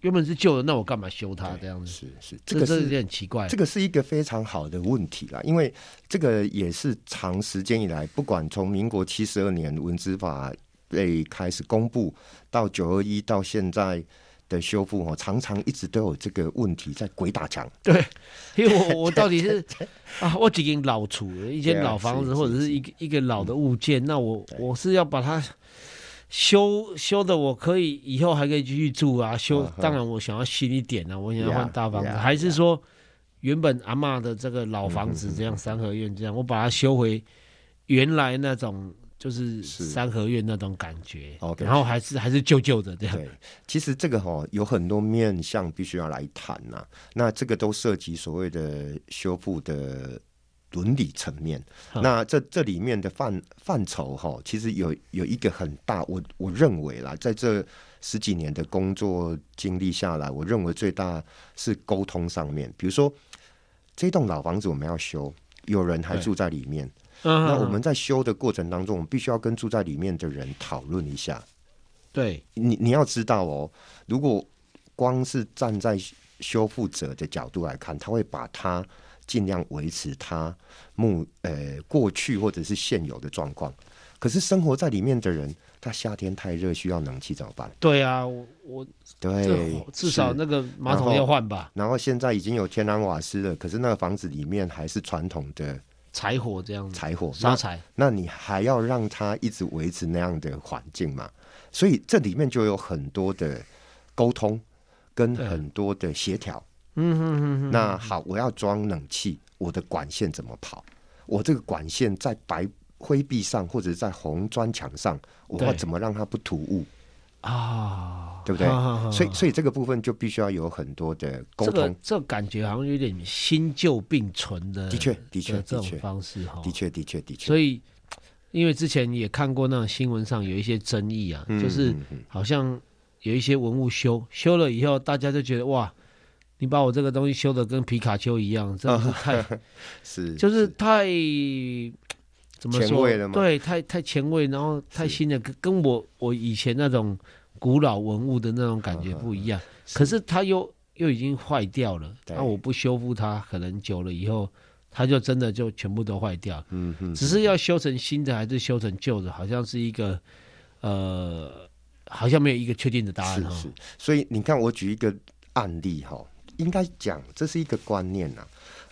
[SPEAKER 2] 原本是旧的，那我干嘛修它这样子？
[SPEAKER 3] 是是，
[SPEAKER 2] 这
[SPEAKER 3] 个
[SPEAKER 2] 这
[SPEAKER 3] 是
[SPEAKER 2] 有点奇怪。
[SPEAKER 3] 这个是一个非常好的问题啦，因为这个也是长时间以来，不管从民国七十二年文资法被开始公布到九二一到现在的修复哦，常常一直都有这个问题在鬼打墙。
[SPEAKER 2] 因为我我到底是啊，我几间老厝，一间
[SPEAKER 3] 对啊
[SPEAKER 2] 老房
[SPEAKER 3] 是
[SPEAKER 2] 子
[SPEAKER 3] 是嗯
[SPEAKER 2] 或者是一个一个老的物件，那我我是要把它修修的，我可以以后还可以继续住啊。修
[SPEAKER 3] 嗯哼
[SPEAKER 2] 当然我想要新一点啊，我想要
[SPEAKER 3] Yeah，
[SPEAKER 2] 换大房子，
[SPEAKER 3] yeah，
[SPEAKER 2] 还是说原本阿嬷的这个
[SPEAKER 3] 嗯
[SPEAKER 2] 老房子这样三合院这样，我把它修回原来那种就是
[SPEAKER 3] 是
[SPEAKER 2] 三合院那种感觉，
[SPEAKER 3] OK
[SPEAKER 2] 然后还是还是旧旧的这样。
[SPEAKER 3] 对，其实这个哈、有很多面向必须要来谈呐、那这个都涉及所谓的修复的伦理层面。
[SPEAKER 2] 嗯
[SPEAKER 3] 那这这里面的范范畴哈、其实有有一个很大，我我认为啦，在这十几年的工作经历下来，我认为最大是沟通上面。比如说，这栋老房子我们要修，有人还
[SPEAKER 2] 对
[SPEAKER 3] 住在里面，
[SPEAKER 2] 嗯
[SPEAKER 3] 那我们在修的过程当中，我们必须要跟住在里面的人讨论一下。
[SPEAKER 2] 对
[SPEAKER 3] 你你要知道哦，如果光是站在修复者的角度来看，他会把它尽量维持它目呃过去或者是现有的状况。可是生活在里面的人，他夏天太热需要冷气怎么办？
[SPEAKER 2] 对啊，我我
[SPEAKER 3] 对
[SPEAKER 2] 这，至少
[SPEAKER 3] 哎是
[SPEAKER 2] 那个马桶
[SPEAKER 3] 然后
[SPEAKER 2] 要换吧。
[SPEAKER 3] 然后现在已经有天然瓦斯了，可是那个房子里面还是传统的
[SPEAKER 2] 柴火这样子，
[SPEAKER 3] 柴火，
[SPEAKER 2] 烧柴，
[SPEAKER 3] 那你还要让他一直维持那样的环境嘛？所以这里面就有很多的沟通跟
[SPEAKER 2] 对
[SPEAKER 3] 很多的协调。
[SPEAKER 2] 嗯哼哼哼，
[SPEAKER 3] 那好，我要装冷气，我的管线怎么跑？我这个管线在白灰壁上或者在红砖墙上，我要
[SPEAKER 2] 对
[SPEAKER 3] 怎么让它不突兀，
[SPEAKER 2] 啊，
[SPEAKER 3] 对不对
[SPEAKER 2] 好好好？
[SPEAKER 3] 所以，所以这个部分就必须要有很多的沟
[SPEAKER 2] 这个
[SPEAKER 3] 通。
[SPEAKER 2] 这感觉好像有点新旧并存的，
[SPEAKER 3] 的确的确
[SPEAKER 2] 这
[SPEAKER 3] 的
[SPEAKER 2] 种
[SPEAKER 3] 确
[SPEAKER 2] 方式哈，
[SPEAKER 3] 的，确，的确，的确。
[SPEAKER 2] 所以因为之前也看过那种新闻上有一些争议啊，
[SPEAKER 3] 嗯
[SPEAKER 2] 就是
[SPEAKER 3] 嗯嗯
[SPEAKER 2] 好像有一些文物修修了以后，大家就觉得哇，你把我这个东西修的跟皮卡丘一样，真的是太
[SPEAKER 3] 是嗯
[SPEAKER 2] 就是太怎么说？
[SPEAKER 3] 前卫了吗
[SPEAKER 2] 对，太太前卫，然后太
[SPEAKER 3] 是
[SPEAKER 2] 新的，跟跟我我以前那种古老文物的那种感觉不一
[SPEAKER 3] 啊
[SPEAKER 2] 样。可是它又又已经坏掉了，啊
[SPEAKER 3] 对
[SPEAKER 2] 那我不修复它，可能久了以后，它就真的就全部都坏掉。
[SPEAKER 3] 嗯嗯
[SPEAKER 2] 只是要修成新的还是修成旧的，好像是一个呃，好像没有一个确定的答案哦
[SPEAKER 3] 是
[SPEAKER 2] 哈。
[SPEAKER 3] 是，所以你看，我举一个案例哈，应该讲这是一个观念呐、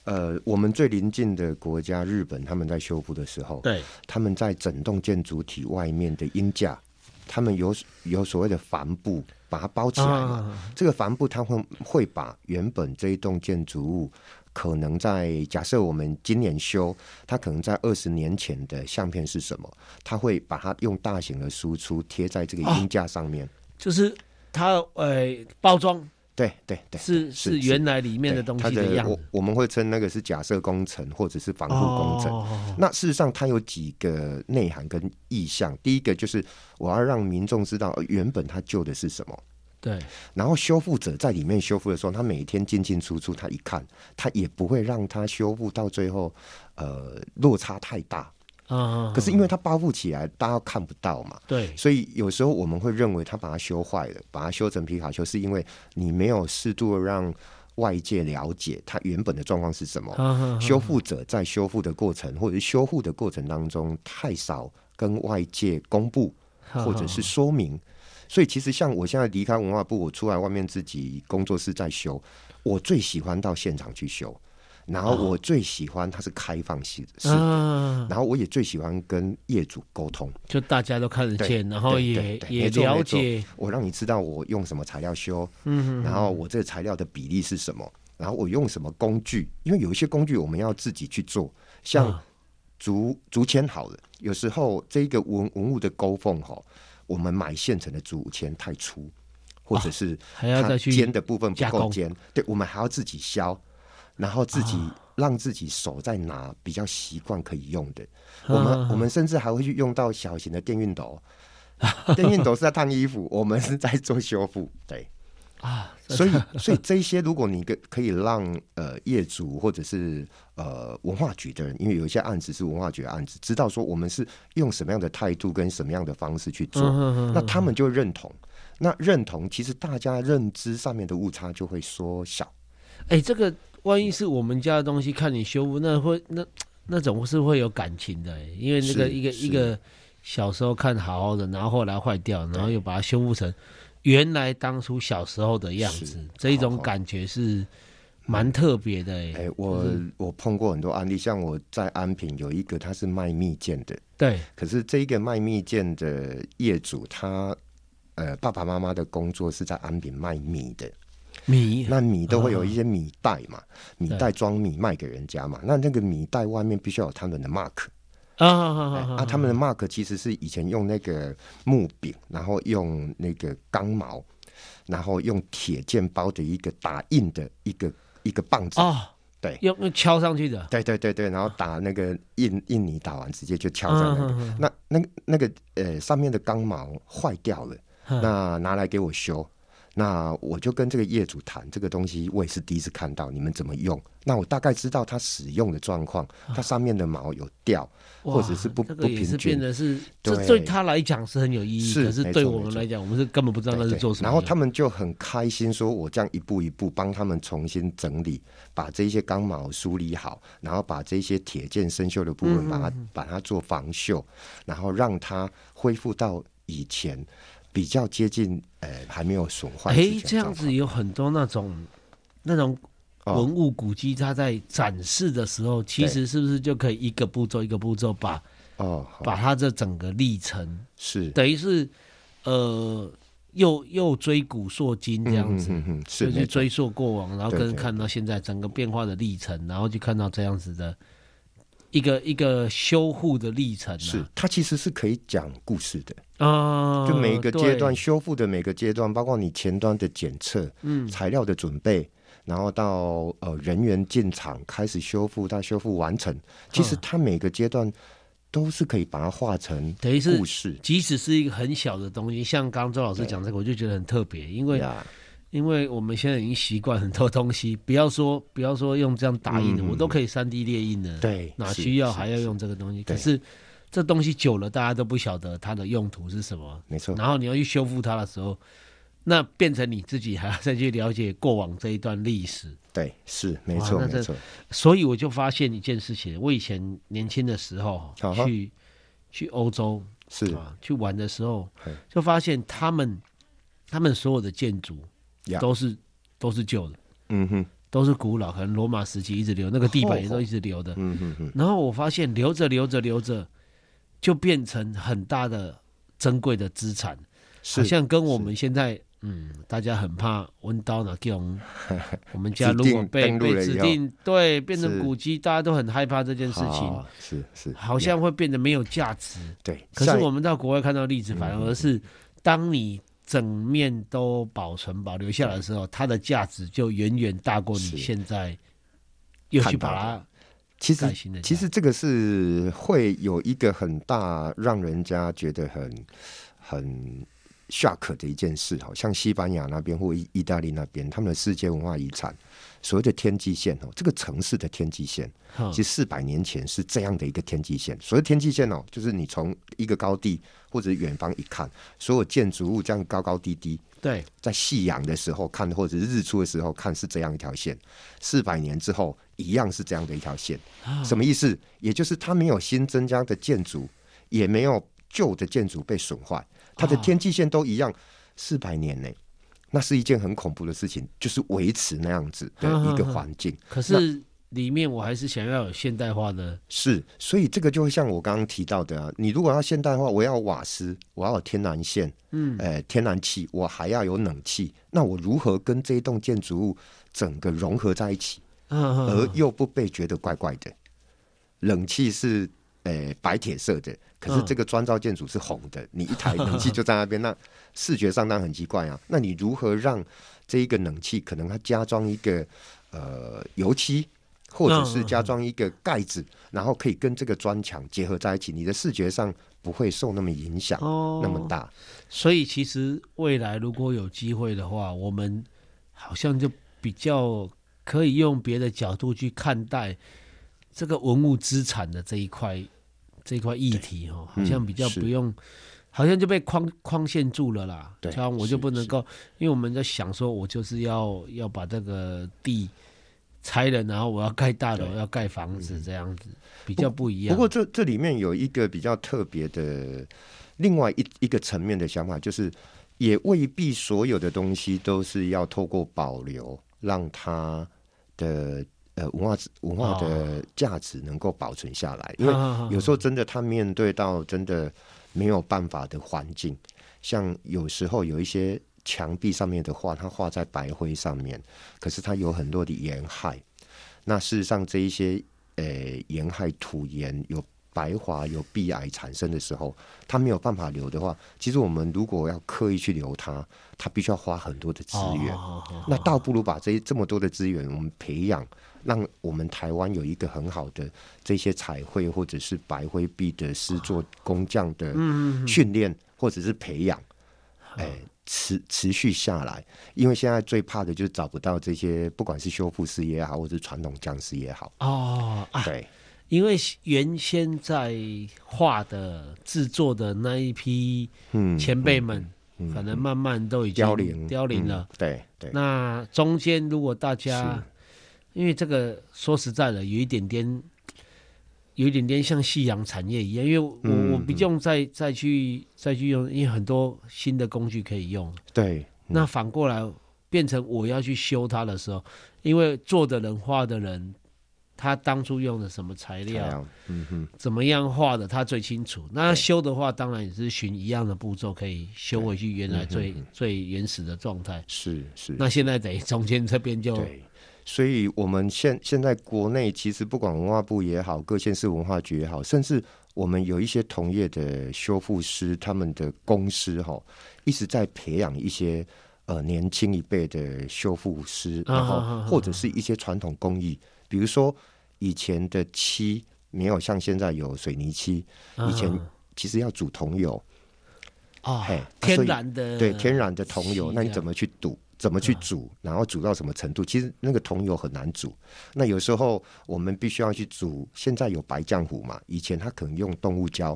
[SPEAKER 3] 呃，我们最邻近的国家日本，他们在修复的时候，
[SPEAKER 2] 对，
[SPEAKER 3] 他们在整栋建筑体外面的鹰架，他们有有所谓的帆布把它包起来嘛。
[SPEAKER 2] 啊，
[SPEAKER 3] 这个帆布它会会把原本这一栋建筑物，可能在假设我们今年修，它可能在二十年前的相片是什么，它会把它用大型的输出贴在这个
[SPEAKER 2] 啊
[SPEAKER 3] 鹰架上面。
[SPEAKER 2] 就是它呃包装
[SPEAKER 3] 对对对，
[SPEAKER 2] 是是原来里面的
[SPEAKER 3] 对
[SPEAKER 2] 东
[SPEAKER 3] 它
[SPEAKER 2] 西的样
[SPEAKER 3] 我
[SPEAKER 2] 子。
[SPEAKER 3] 我们会称那个是假设工程或者是防护工程。
[SPEAKER 2] 哦
[SPEAKER 3] 那事实上，它有几个内涵跟意向。第一个就是我要让民众知道呃原本它旧的是什么，
[SPEAKER 2] 对，
[SPEAKER 3] 然后修复者在里面修复的时候，他每天进进出出，他一看，他也不会让它修复到最后，呃，落差太大。
[SPEAKER 2] 啊，
[SPEAKER 3] 可是因为它包覆起来，大家看不到嘛，
[SPEAKER 2] 对
[SPEAKER 3] 所以有时候我们会认为他把它修坏了，把它修成皮卡丘，是因为你没有适度地让外界了解它原本的状况是什么。
[SPEAKER 2] 啊
[SPEAKER 3] 修复者在修复的过程或者是修护的过程当中，太少跟外界公布
[SPEAKER 2] 嗯
[SPEAKER 3] 或者是说明。所以其实像我现在离开文化部，我出来外面自己工作室在修，我最喜欢到现场去修，然后我最喜欢它是开放式式的，
[SPEAKER 2] 啊，
[SPEAKER 3] 然后我也最喜欢跟业主沟通。
[SPEAKER 2] 就大家都看得
[SPEAKER 3] 对
[SPEAKER 2] 见，然后
[SPEAKER 3] 对
[SPEAKER 2] 也
[SPEAKER 3] 对对
[SPEAKER 2] 也
[SPEAKER 3] 没错
[SPEAKER 2] 了
[SPEAKER 3] 没错
[SPEAKER 2] 解，
[SPEAKER 3] 我让你知道我用什么材料修，
[SPEAKER 2] 嗯，
[SPEAKER 3] 然后我这个材料的比例是什么，然后我用什么工具，因为有一些工具我们要自己去做，像
[SPEAKER 2] 啊
[SPEAKER 3] 竹竹签好了，有时候这一个文文物的勾缝哈，我们买现成的竹签太粗，或
[SPEAKER 2] 啊
[SPEAKER 3] 者是
[SPEAKER 2] 还要
[SPEAKER 3] 它
[SPEAKER 2] 再去
[SPEAKER 3] 尖的部分不
[SPEAKER 2] 加
[SPEAKER 3] 够
[SPEAKER 2] 工
[SPEAKER 3] 尖，对，我们还要自己削，然后自己
[SPEAKER 2] 啊
[SPEAKER 3] 让自己手再拿比较习惯可以用的。
[SPEAKER 2] 啊
[SPEAKER 3] 我们我们甚至还会去用到小型的电 熨斗，电熨斗是在烫衣服，我们是在做修复。对，
[SPEAKER 2] 啊，
[SPEAKER 3] 所以所以这一些，如果你可可以让呃业主或者是呃文化局的人，因为有一些案子是文化局的案子，知道说我们是用什么样的态度跟什么样的方式去
[SPEAKER 2] 嗯
[SPEAKER 3] 做，那他们就认同。那认同，其实大家认知上面的误差就会缩小。
[SPEAKER 2] 哎，这个万一是我们家的东西，看你修复，那会那那种是会有感情的，因为那个
[SPEAKER 3] 是
[SPEAKER 2] 一个
[SPEAKER 3] 是
[SPEAKER 2] 一个小时候看好好的，然后后来坏掉，然后又把它修复成原来当初小时候的样子
[SPEAKER 3] 嗯是，
[SPEAKER 2] 这一
[SPEAKER 3] 好
[SPEAKER 2] 种
[SPEAKER 3] 好
[SPEAKER 2] 感觉是蛮特别的，
[SPEAKER 3] 哎、
[SPEAKER 2] 哎，
[SPEAKER 3] 我我碰过很多案例，像我在安平有一个，他是卖蜜饯的，
[SPEAKER 2] 对，
[SPEAKER 3] 可是这一个卖蜜饯的业主，他呃爸爸妈妈的工作是在安平卖米的，
[SPEAKER 2] 米
[SPEAKER 3] 那米都会有一些米袋嘛，米
[SPEAKER 2] 哎对
[SPEAKER 3] 袋装米卖给人家嘛，那那个米袋外面必须要有他们的 mark，
[SPEAKER 2] 啊
[SPEAKER 3] 哎
[SPEAKER 2] 啊
[SPEAKER 3] 啊，他们的 mark 其实是以前用那个木柄，然后用那个钢毛，然后用铁剑包的一个打印的一个一个棒子，
[SPEAKER 2] 哦，
[SPEAKER 3] 对
[SPEAKER 2] 用用敲上去的，
[SPEAKER 3] 对对对对，然后打那个印印泥打完，直接就敲在那个。
[SPEAKER 2] 嗯
[SPEAKER 3] 那那个那个呃上面的钢毛坏掉了，
[SPEAKER 2] 嗯
[SPEAKER 3] 那拿来给我修。那我就跟这个业主谈，这个东西我也是第一次看到，你们怎么用？那我大概知道它使用的状况，
[SPEAKER 2] 啊
[SPEAKER 3] 它上面的毛有掉，
[SPEAKER 2] 哇
[SPEAKER 3] 或者是不
[SPEAKER 2] 这个
[SPEAKER 3] 不
[SPEAKER 2] 也是变
[SPEAKER 3] 平均。
[SPEAKER 2] 得是，这
[SPEAKER 3] 对
[SPEAKER 2] 对他来讲是很有意义，
[SPEAKER 3] 是
[SPEAKER 2] 可是
[SPEAKER 3] 没
[SPEAKER 2] 对
[SPEAKER 3] 错
[SPEAKER 2] 我
[SPEAKER 3] 没
[SPEAKER 2] 们
[SPEAKER 3] 错
[SPEAKER 2] 来讲，我们是根本不知道那
[SPEAKER 3] 对
[SPEAKER 2] 是
[SPEAKER 3] 对
[SPEAKER 2] 做什么
[SPEAKER 3] 然
[SPEAKER 2] 用。
[SPEAKER 3] 后他们就很开心，说我这样一步一步帮他们重新整理，把这些钢毛梳理好，然后把这些铁剑生锈的部分，
[SPEAKER 2] 嗯
[SPEAKER 3] 把它把它做防锈，然后让它恢复到以前比较接近呃还没有损坏。
[SPEAKER 2] 哎，这样子，有很多那种那种
[SPEAKER 3] 哦
[SPEAKER 2] 文物古迹，它在展示的时候，其实是不是就可以一个步骤一个步骤把
[SPEAKER 3] 哦，好
[SPEAKER 2] 把它这整个历程，
[SPEAKER 3] 是
[SPEAKER 2] 等于是呃又又追古溯今这样子，
[SPEAKER 3] 嗯嗯嗯嗯是
[SPEAKER 2] 就去
[SPEAKER 3] 没错
[SPEAKER 2] 追溯过往，然后
[SPEAKER 3] 对
[SPEAKER 2] 跟
[SPEAKER 3] 对
[SPEAKER 2] 看到现在整个变化的历程，然后就看到这样子的一个一个修护的历程啊
[SPEAKER 3] 是，它其实是可以讲故事的，
[SPEAKER 2] 啊，
[SPEAKER 3] 就每一个阶段
[SPEAKER 2] 对
[SPEAKER 3] 修复的每个阶段，包括你前端的检测、
[SPEAKER 2] 嗯
[SPEAKER 3] 材料的准备，然后到呃人员进场开始修复，到修复完成，其
[SPEAKER 2] 嗯
[SPEAKER 3] 实它每个阶段都是可以把它化成
[SPEAKER 2] 等于是
[SPEAKER 3] 故事。
[SPEAKER 2] 即使是一个很小的东西，像刚周老师讲这个，我就觉得很特别，因为
[SPEAKER 3] 呀
[SPEAKER 2] 因为我们现在已经习惯很多东西，不要说不要说用这样打印的，
[SPEAKER 3] 嗯嗯
[SPEAKER 2] 我都可以三 D 列印的，，
[SPEAKER 3] 对，
[SPEAKER 2] 哪
[SPEAKER 3] 是
[SPEAKER 2] 需要
[SPEAKER 3] 是
[SPEAKER 2] 还要
[SPEAKER 3] 是
[SPEAKER 2] 用这个东西？可
[SPEAKER 3] 对
[SPEAKER 2] 是这东西久了，大家都不晓得它的用途是什么，
[SPEAKER 3] 没错，
[SPEAKER 2] 然后你要去修复它的时候，那变成你自己还要再去了解过往这一段历史，
[SPEAKER 3] 对，是没
[SPEAKER 2] 哇
[SPEAKER 3] 错，
[SPEAKER 2] 那
[SPEAKER 3] 没
[SPEAKER 2] 这
[SPEAKER 3] 错，
[SPEAKER 2] 所以我就发现一件事情，我以前年轻的时候
[SPEAKER 3] 啊哈
[SPEAKER 2] 去去欧洲
[SPEAKER 3] 是
[SPEAKER 2] 啊去玩的时候
[SPEAKER 3] 嘿，
[SPEAKER 2] 就发现他们他们所有的建筑
[SPEAKER 3] 呀
[SPEAKER 2] 都是都是旧的，
[SPEAKER 3] 嗯哼，
[SPEAKER 2] 都是古老，可能罗马时期一直留，那个地板也
[SPEAKER 3] 吼
[SPEAKER 2] 都
[SPEAKER 3] 吼
[SPEAKER 2] 一直留的。
[SPEAKER 3] 嗯哼哼，
[SPEAKER 2] 然后我发现留着留着留着，就变成很大的珍贵的资产，好
[SPEAKER 3] 是
[SPEAKER 2] 像跟我们现在。嗯，大家很怕温刀呢，给我 们我们家
[SPEAKER 3] 指
[SPEAKER 2] 如果
[SPEAKER 3] 定
[SPEAKER 2] 被
[SPEAKER 3] 登录
[SPEAKER 2] 被
[SPEAKER 3] 了以
[SPEAKER 2] 指
[SPEAKER 3] 后
[SPEAKER 2] 定对变成
[SPEAKER 3] 是
[SPEAKER 2] 古迹，大家都很害怕这件事情。
[SPEAKER 3] 好是是，
[SPEAKER 2] 好
[SPEAKER 3] yeah，
[SPEAKER 2] 像会变得没有价值。
[SPEAKER 3] 对，
[SPEAKER 2] 可
[SPEAKER 3] 下
[SPEAKER 2] 是
[SPEAKER 3] 一嗯
[SPEAKER 2] 我们到国外看到例子，反而是当你整面都保存保留下来的时候，它的价值就远远大过你
[SPEAKER 3] 是
[SPEAKER 2] 现在又去把
[SPEAKER 3] 看
[SPEAKER 2] 它
[SPEAKER 3] 其实
[SPEAKER 2] 盖新的家。
[SPEAKER 3] 其实这个是会有一个很大让人家觉得很很 shock 的一件事，好像西班牙那边或意意大利那边，他们的世界文化遗产所谓的天际线哦，这个城市的天际线，
[SPEAKER 2] 哼
[SPEAKER 3] 其实四百年前是这样的一个天际线。所谓天际线哦，就是你从一个高地或者远方一看，所有建筑物这样高高低低，
[SPEAKER 2] 对
[SPEAKER 3] 在夕阳的时候看，或者是日出的时候看，是这样一条线。四百年之后，一样是这样的一条线。什么意思？也就是它没有新增加的建筑，也没有旧的建筑被损坏，它的天际线都一样。四百年呢、那是一件很恐怖的事情，就是维持那样子的一个环境。
[SPEAKER 2] 可是里面我还是想要有现代化的。
[SPEAKER 3] 是，所以这个就会像我刚刚提到的啊，你如果要现代化，我要瓦斯，我要有天然线，嗯，呃，天然气，我还要有冷气，那我如何跟这一栋建筑物整个融合在一起，
[SPEAKER 2] 嗯哼
[SPEAKER 3] 而又不被觉得怪怪的？冷气是呃白铁色的，可是
[SPEAKER 2] 嗯
[SPEAKER 3] 这个砖造建筑是红的，你一台冷气就在那 边，那视觉上当然很奇怪啊。那你如何让这一个冷气可能它加装一个呃油漆，或者是加装一个盖
[SPEAKER 2] 嗯
[SPEAKER 3] 子，然后可以跟这个砖墙结合在一起，你的视觉上不会受那么影响、
[SPEAKER 2] 哦
[SPEAKER 3] 那么大。
[SPEAKER 2] 所以其实未来如果有机会的话，我们好像就比较可以用别的角度去看待这个文物资产的这一块这一块议题哦，好
[SPEAKER 3] 嗯
[SPEAKER 2] 像比较
[SPEAKER 3] 是
[SPEAKER 2] 不用，好像就被框框限住了啦。
[SPEAKER 3] 对
[SPEAKER 2] 像我
[SPEAKER 3] 是
[SPEAKER 2] 就不能够，因为我们在想说，我就是要要把这个地拆了，然后我要盖大楼，
[SPEAKER 3] 对
[SPEAKER 2] 要盖房子这样子，比较不一样。
[SPEAKER 3] 不过这这里面有一个比较特别的另外一一个层面的想法，就是也未必所有的东西都是要透过保留让它的呃文化文化
[SPEAKER 2] 哦
[SPEAKER 3] 的价值能够保存下来，因为
[SPEAKER 2] 啊
[SPEAKER 3] 有时候真的他面对到真的没有办法的环境，像有时候有一些墙壁上面的画，它画在白灰上面，可是它有很多的盐害。那事实上，这一些呃盐害、土盐有白华、有壁癌产生的时候，它没有办法留的话，其实我们如果要刻意去留它，它必须要花很多的资源。
[SPEAKER 2] 哦哦哦
[SPEAKER 3] 那倒不如把这这么多的资源，我们培养，让我们台湾有一个很好的这些彩绘或者是白灰壁的诗作工匠的
[SPEAKER 2] 嗯
[SPEAKER 3] 训练，或者是培养，哎、持持续下来。因为现在最怕的就是找不到这些，不管是修复师也好，或者是传统匠师也好，
[SPEAKER 2] 哦啊，
[SPEAKER 3] 对，
[SPEAKER 2] 因为原先在画的制作的那一批
[SPEAKER 3] 嗯，
[SPEAKER 2] 前辈们，
[SPEAKER 3] 嗯
[SPEAKER 2] 可能慢慢都已经
[SPEAKER 3] 凋零
[SPEAKER 2] 凋零
[SPEAKER 3] 嗯
[SPEAKER 2] 了。
[SPEAKER 3] 对对，
[SPEAKER 2] 那中间如果大家，因为这个说实在的，有一点点，有一点点像夕阳产业一样，因为我、
[SPEAKER 3] 嗯
[SPEAKER 2] 我不用再再去再去用，因为很多新的工具可以用。
[SPEAKER 3] 对，嗯
[SPEAKER 2] 那反过来变成我要去修它的时候，因为做的人、画的人，他当初用的什么材
[SPEAKER 3] 这
[SPEAKER 2] 料，
[SPEAKER 3] 样，嗯哼，
[SPEAKER 2] 怎么样画的，他最清楚。那修的话，当然也是循一样的步骤，可以修回去原来最
[SPEAKER 3] 嗯
[SPEAKER 2] 最原始的状态。
[SPEAKER 3] 是是。
[SPEAKER 2] 那现在等于中间这边就
[SPEAKER 3] 对，所以我们现现在国内其实不管文化部也好，各县市文化局也好，甚至我们有一些同业的修复师，他们的公司哈，一直在培养一些。呃，年轻一辈的修复师，
[SPEAKER 2] 啊
[SPEAKER 3] 然
[SPEAKER 2] 啊
[SPEAKER 3] 后
[SPEAKER 2] 啊
[SPEAKER 3] 或者是一些传统工艺，比如说以前的漆没有像现在有水泥漆，以前其实要煮桐油，
[SPEAKER 2] 啊
[SPEAKER 3] 嘿，啊
[SPEAKER 2] 天
[SPEAKER 3] 所以
[SPEAKER 2] 然的啊
[SPEAKER 3] 对天然的桐油，
[SPEAKER 2] 是
[SPEAKER 3] 那你
[SPEAKER 2] 这嗯
[SPEAKER 3] 怎么去煮怎么去煮，然后煮到什么程度？其实那个桐油很难煮。那有时候我们必须要去煮。现在有白浆糊嘛，以前它可能用动物胶，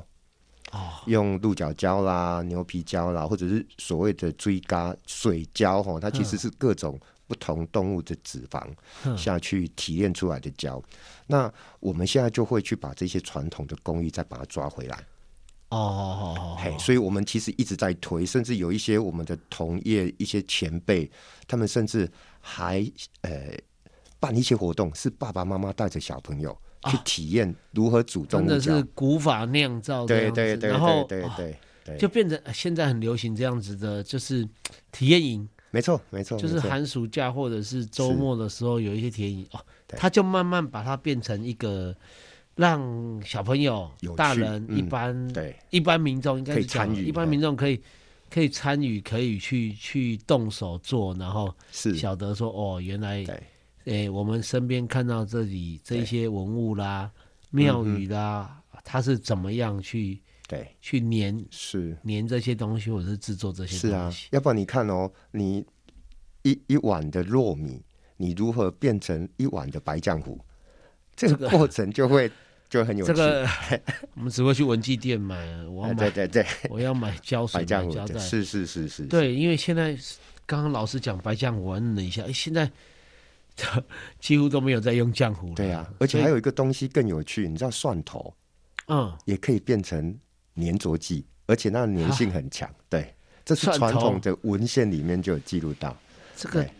[SPEAKER 2] 哦，
[SPEAKER 3] 用鹿角胶啦、牛皮胶啦，或者是所谓的追嘎水胶哈，它其实是各种不同动物的脂肪
[SPEAKER 2] 嗯
[SPEAKER 3] 下去提炼出来的胶。那我们现在就会去把这些传统的工艺再把它抓回来。
[SPEAKER 2] 哦哦哦
[SPEAKER 3] 嘿，所以我们其实一直在推，甚至有一些我们的同业一些前辈，他们甚至还呃办一些活动，是爸爸妈妈带着小朋友去体验如何煮动
[SPEAKER 2] 啊真的
[SPEAKER 3] 物胶
[SPEAKER 2] 是。古法酿造这
[SPEAKER 3] 对
[SPEAKER 2] 样子
[SPEAKER 3] 对对
[SPEAKER 2] 然后
[SPEAKER 3] 对对
[SPEAKER 2] 啊
[SPEAKER 3] 对对，
[SPEAKER 2] 就变成呃现在很流行这样子的，就是体验营，
[SPEAKER 3] 没错没错，
[SPEAKER 2] 就是
[SPEAKER 3] 哦没错
[SPEAKER 2] 寒暑假或者是周末的时候有一些体验营哦，
[SPEAKER 3] 对
[SPEAKER 2] 他就慢慢把它变成一个让小朋友
[SPEAKER 3] 有、趣
[SPEAKER 2] 大人、
[SPEAKER 3] 嗯
[SPEAKER 2] 一般
[SPEAKER 3] 对
[SPEAKER 2] 一般民众应该是讲
[SPEAKER 3] 可以参与
[SPEAKER 2] 一般民众可以可以参与，可以去去动手做，然后
[SPEAKER 3] 是，
[SPEAKER 2] 晓得说哦，原来
[SPEAKER 3] 对
[SPEAKER 2] 诶、我们身边看到这里这一些文物
[SPEAKER 3] 嗯
[SPEAKER 2] 啦、庙宇啦，它是怎么样去
[SPEAKER 3] 对
[SPEAKER 2] 去粘
[SPEAKER 3] 是
[SPEAKER 2] 粘这些东西，或者是制作这些
[SPEAKER 3] 是啊
[SPEAKER 2] 东西。，
[SPEAKER 3] 要不然你看哦，你一一碗的糯米，你如何变成一碗的白浆糊？这
[SPEAKER 2] 这
[SPEAKER 3] 个
[SPEAKER 2] 个
[SPEAKER 3] 过程就会就很有趣。
[SPEAKER 2] 这个 我们只会去文具店买啊，我要
[SPEAKER 3] 哎对
[SPEAKER 2] 买
[SPEAKER 3] 对对，
[SPEAKER 2] 我要买胶水、
[SPEAKER 3] 白浆
[SPEAKER 2] 买
[SPEAKER 3] 糊
[SPEAKER 2] 胶
[SPEAKER 3] 对
[SPEAKER 2] 带。
[SPEAKER 3] 是是是是，
[SPEAKER 2] 对，因为现在刚刚老师讲白浆糊，我摁了一下，诶现在 几乎都没有在用浆糊了。
[SPEAKER 3] 对啊，而且还有一个东西更有趣，你知道蒜头
[SPEAKER 2] 嗯，
[SPEAKER 3] 也可以变成粘着剂，而且那粘性很强。对，这是
[SPEAKER 2] 蒜头
[SPEAKER 3] 传统的文献里面就有记录到
[SPEAKER 2] 这个
[SPEAKER 3] 对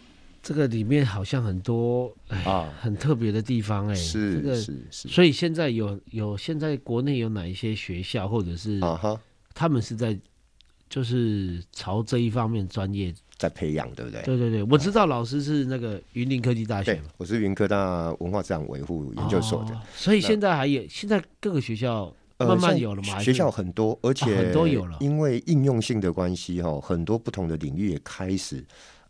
[SPEAKER 2] 这个里面好像很多哎
[SPEAKER 3] 啊。
[SPEAKER 2] 很特别的地方哎、这
[SPEAKER 3] 是
[SPEAKER 2] 个
[SPEAKER 3] 是是
[SPEAKER 2] 所以现在有有现在国内有哪一些学校，或者是
[SPEAKER 3] 啊哈，
[SPEAKER 2] 他们是在就是朝这一方面专业？
[SPEAKER 3] 在培养对不对？
[SPEAKER 2] 对对对，我知道老师是那个云林科技大学
[SPEAKER 3] 哎对
[SPEAKER 2] 嘛，，
[SPEAKER 3] 我是云科大文化资产维护研究所的。
[SPEAKER 2] 哦所以现在还有现在各个学校
[SPEAKER 3] 呃
[SPEAKER 2] 慢慢
[SPEAKER 3] 像
[SPEAKER 2] 有了嘛？还
[SPEAKER 3] 学
[SPEAKER 2] 是啊
[SPEAKER 3] 校很多，而且、
[SPEAKER 2] 很多有了
[SPEAKER 3] 因为应用性的关系哈，很多不同的领域也开始，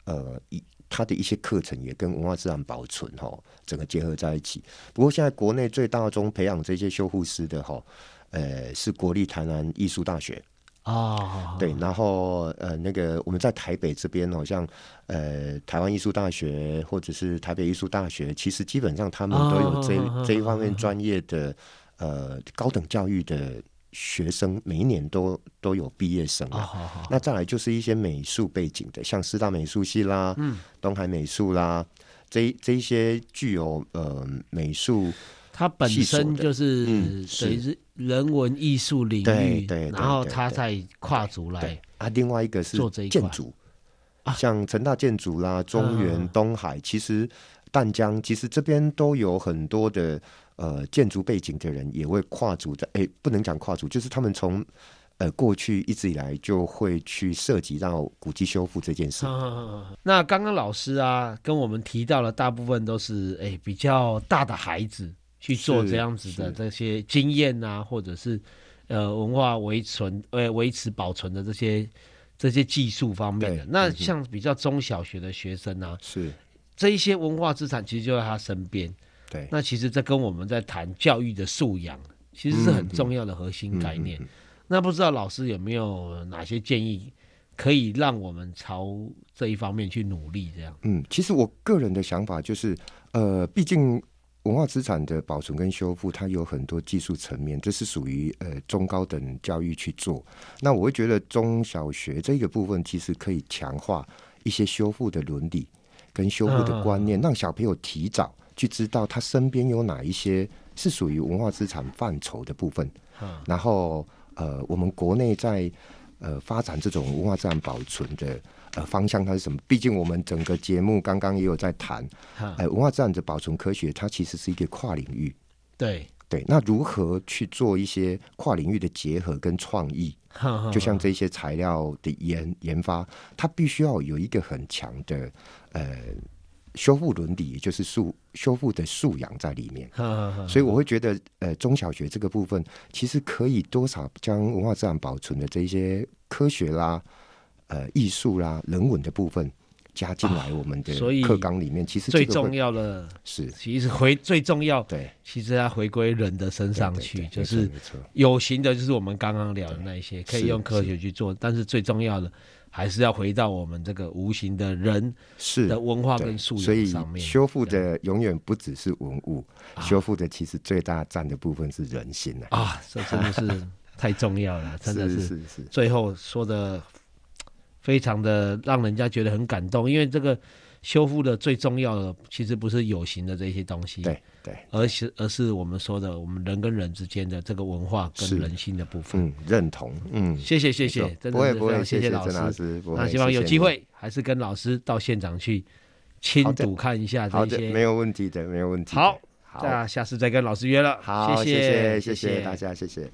[SPEAKER 3] 呃，一它的一些课程也跟文化自然保存哈，整个结合在一起。不过现在国内最大宗培养这些修护师的哈，呃，是国立台南艺术大学。
[SPEAKER 2] 啊，
[SPEAKER 3] 对，然后呃，那个我们在台北这边，好像呃，台湾艺术大学或者是台北艺术大学，其实基本上他们都有这、
[SPEAKER 2] 啊
[SPEAKER 3] 这一方面专业的呃高等教育的学生，每一年都都有毕业生
[SPEAKER 2] 啊，
[SPEAKER 3] 啊。
[SPEAKER 2] 好好，
[SPEAKER 3] 那再来就是一些美术背景的，像师大美术系啦，嗯，东海美术啦，这这一些具有呃美术
[SPEAKER 2] 它本身就是
[SPEAKER 3] 嗯是
[SPEAKER 2] 等于是人文艺术领
[SPEAKER 3] 对
[SPEAKER 2] 域，
[SPEAKER 3] 对对
[SPEAKER 2] 然后
[SPEAKER 3] 对
[SPEAKER 2] 它
[SPEAKER 3] 对
[SPEAKER 2] 再跨足
[SPEAKER 3] 对
[SPEAKER 2] 来，
[SPEAKER 3] 啊，另外一个是
[SPEAKER 2] 哎做这一块
[SPEAKER 3] 建筑
[SPEAKER 2] 啊，
[SPEAKER 3] 像成大建筑啦、中原、
[SPEAKER 2] 嗯
[SPEAKER 3] 东海，其实淡江，其实这边都有很多的呃建筑背景的人也会跨足的，哎，不能讲跨足，就是他们从呃过去一直以来就会去涉及到古迹修复这件事。
[SPEAKER 2] 啊，那刚刚老师啊跟我们提到了，大部分都是哎比较大的孩子去做
[SPEAKER 3] 是
[SPEAKER 2] 这样子的
[SPEAKER 3] 是
[SPEAKER 2] 这些经验啊，或者是呃文化维存呃维持保存的这些这些技术方面的。
[SPEAKER 3] 对
[SPEAKER 2] 那
[SPEAKER 3] 嗯哼
[SPEAKER 2] 像比较中小学的学生啊，
[SPEAKER 3] 是，
[SPEAKER 2] 这一些文化资产其实就在他身边。
[SPEAKER 3] 对，
[SPEAKER 2] 那其实这跟我们在谈教育的素养，其实是很重要的核心概念。
[SPEAKER 3] 嗯
[SPEAKER 2] 那不知道老师有没有哪些建议，可以让我们朝这一方面去努力？这样
[SPEAKER 3] 嗯，其实我个人的想法就是，呃，毕竟文化资产的保存跟修复，它有很多技术层面，这是属于呃中高等教育去做。那我会觉得中小学这个部分其实可以强化一些修复的伦理跟修复的观念，让小朋友提早去知道他身边有哪一些是属于文化资产范畴的部分。
[SPEAKER 2] 啊，
[SPEAKER 3] 然后呃，我们国内在呃发展这种文化资产保存的呃方向，它是什么？毕竟我们整个节目刚刚也有在谈，
[SPEAKER 2] 哈，
[SPEAKER 3] 呃，文化资产的保存科学，它其实是一个跨领域。
[SPEAKER 2] 对，
[SPEAKER 3] 对，那如何去做一些跨领域的结合跟创意？
[SPEAKER 2] 哈哈
[SPEAKER 3] 就像这些材料的研研发，它必须要有一个很强的呃修复伦理，也就是素修复的素养在里面。
[SPEAKER 2] 哈哈哈
[SPEAKER 3] 所以我会觉得，呃，中小学这个部分其实可以多少将文化资产保存的这些科学啦、呃艺术啦、人文的部分加进来我们的
[SPEAKER 2] 啊所以
[SPEAKER 3] 课纲里面。其实
[SPEAKER 2] 最
[SPEAKER 3] 这个会
[SPEAKER 2] 重要的
[SPEAKER 3] 是
[SPEAKER 2] 其实回最重要，
[SPEAKER 3] 对
[SPEAKER 2] 其实要回归人的身上去，
[SPEAKER 3] 对对
[SPEAKER 2] 就
[SPEAKER 3] 没错
[SPEAKER 2] 是
[SPEAKER 3] 没错
[SPEAKER 2] 有形的，就是我们刚刚聊的那一些，可以
[SPEAKER 3] 是
[SPEAKER 2] 用科学去做，但是最重要的还是要回到我们这个无形的人
[SPEAKER 3] 是
[SPEAKER 2] 的文化
[SPEAKER 3] 对
[SPEAKER 2] 跟素
[SPEAKER 3] 所
[SPEAKER 2] 养
[SPEAKER 3] 以
[SPEAKER 2] 上面。
[SPEAKER 3] 修复
[SPEAKER 2] 对
[SPEAKER 3] 的永远不只是文物，修复的其实最大占的部分是人心啊。
[SPEAKER 2] 啊，这真的 是太重要了，真的
[SPEAKER 3] 是
[SPEAKER 2] 是。
[SPEAKER 3] 是是，
[SPEAKER 2] 最后说的非常的让人家觉得很感动，因为这个修复的最重要的其实不是有形的这些东西，
[SPEAKER 3] 对对，
[SPEAKER 2] 而是而是我们说的我们人跟人之间的这个文化跟
[SPEAKER 3] 是
[SPEAKER 2] 人性的部分。
[SPEAKER 3] 嗯，认同，嗯，
[SPEAKER 2] 谢谢谢谢
[SPEAKER 3] 没错，
[SPEAKER 2] 真
[SPEAKER 3] 不
[SPEAKER 2] 的
[SPEAKER 3] 会
[SPEAKER 2] 是
[SPEAKER 3] 不
[SPEAKER 2] 非
[SPEAKER 3] 会，
[SPEAKER 2] 常
[SPEAKER 3] 谢
[SPEAKER 2] 谢
[SPEAKER 3] 郑
[SPEAKER 2] 老
[SPEAKER 3] 老
[SPEAKER 2] 师。
[SPEAKER 3] 师，不
[SPEAKER 2] 那
[SPEAKER 3] 会
[SPEAKER 2] 希望有机。
[SPEAKER 3] 谢谢
[SPEAKER 2] 会还是跟老师到现场去亲
[SPEAKER 3] 好的
[SPEAKER 2] 睹看一下
[SPEAKER 3] 你好
[SPEAKER 2] 这
[SPEAKER 3] 的，
[SPEAKER 2] 些。
[SPEAKER 3] 没有问题的，没有问题的。
[SPEAKER 2] 好，
[SPEAKER 3] 好，
[SPEAKER 2] 那下次再跟老师约了。
[SPEAKER 3] 好，
[SPEAKER 2] 谢谢
[SPEAKER 3] 谢谢谢大。家，谢谢。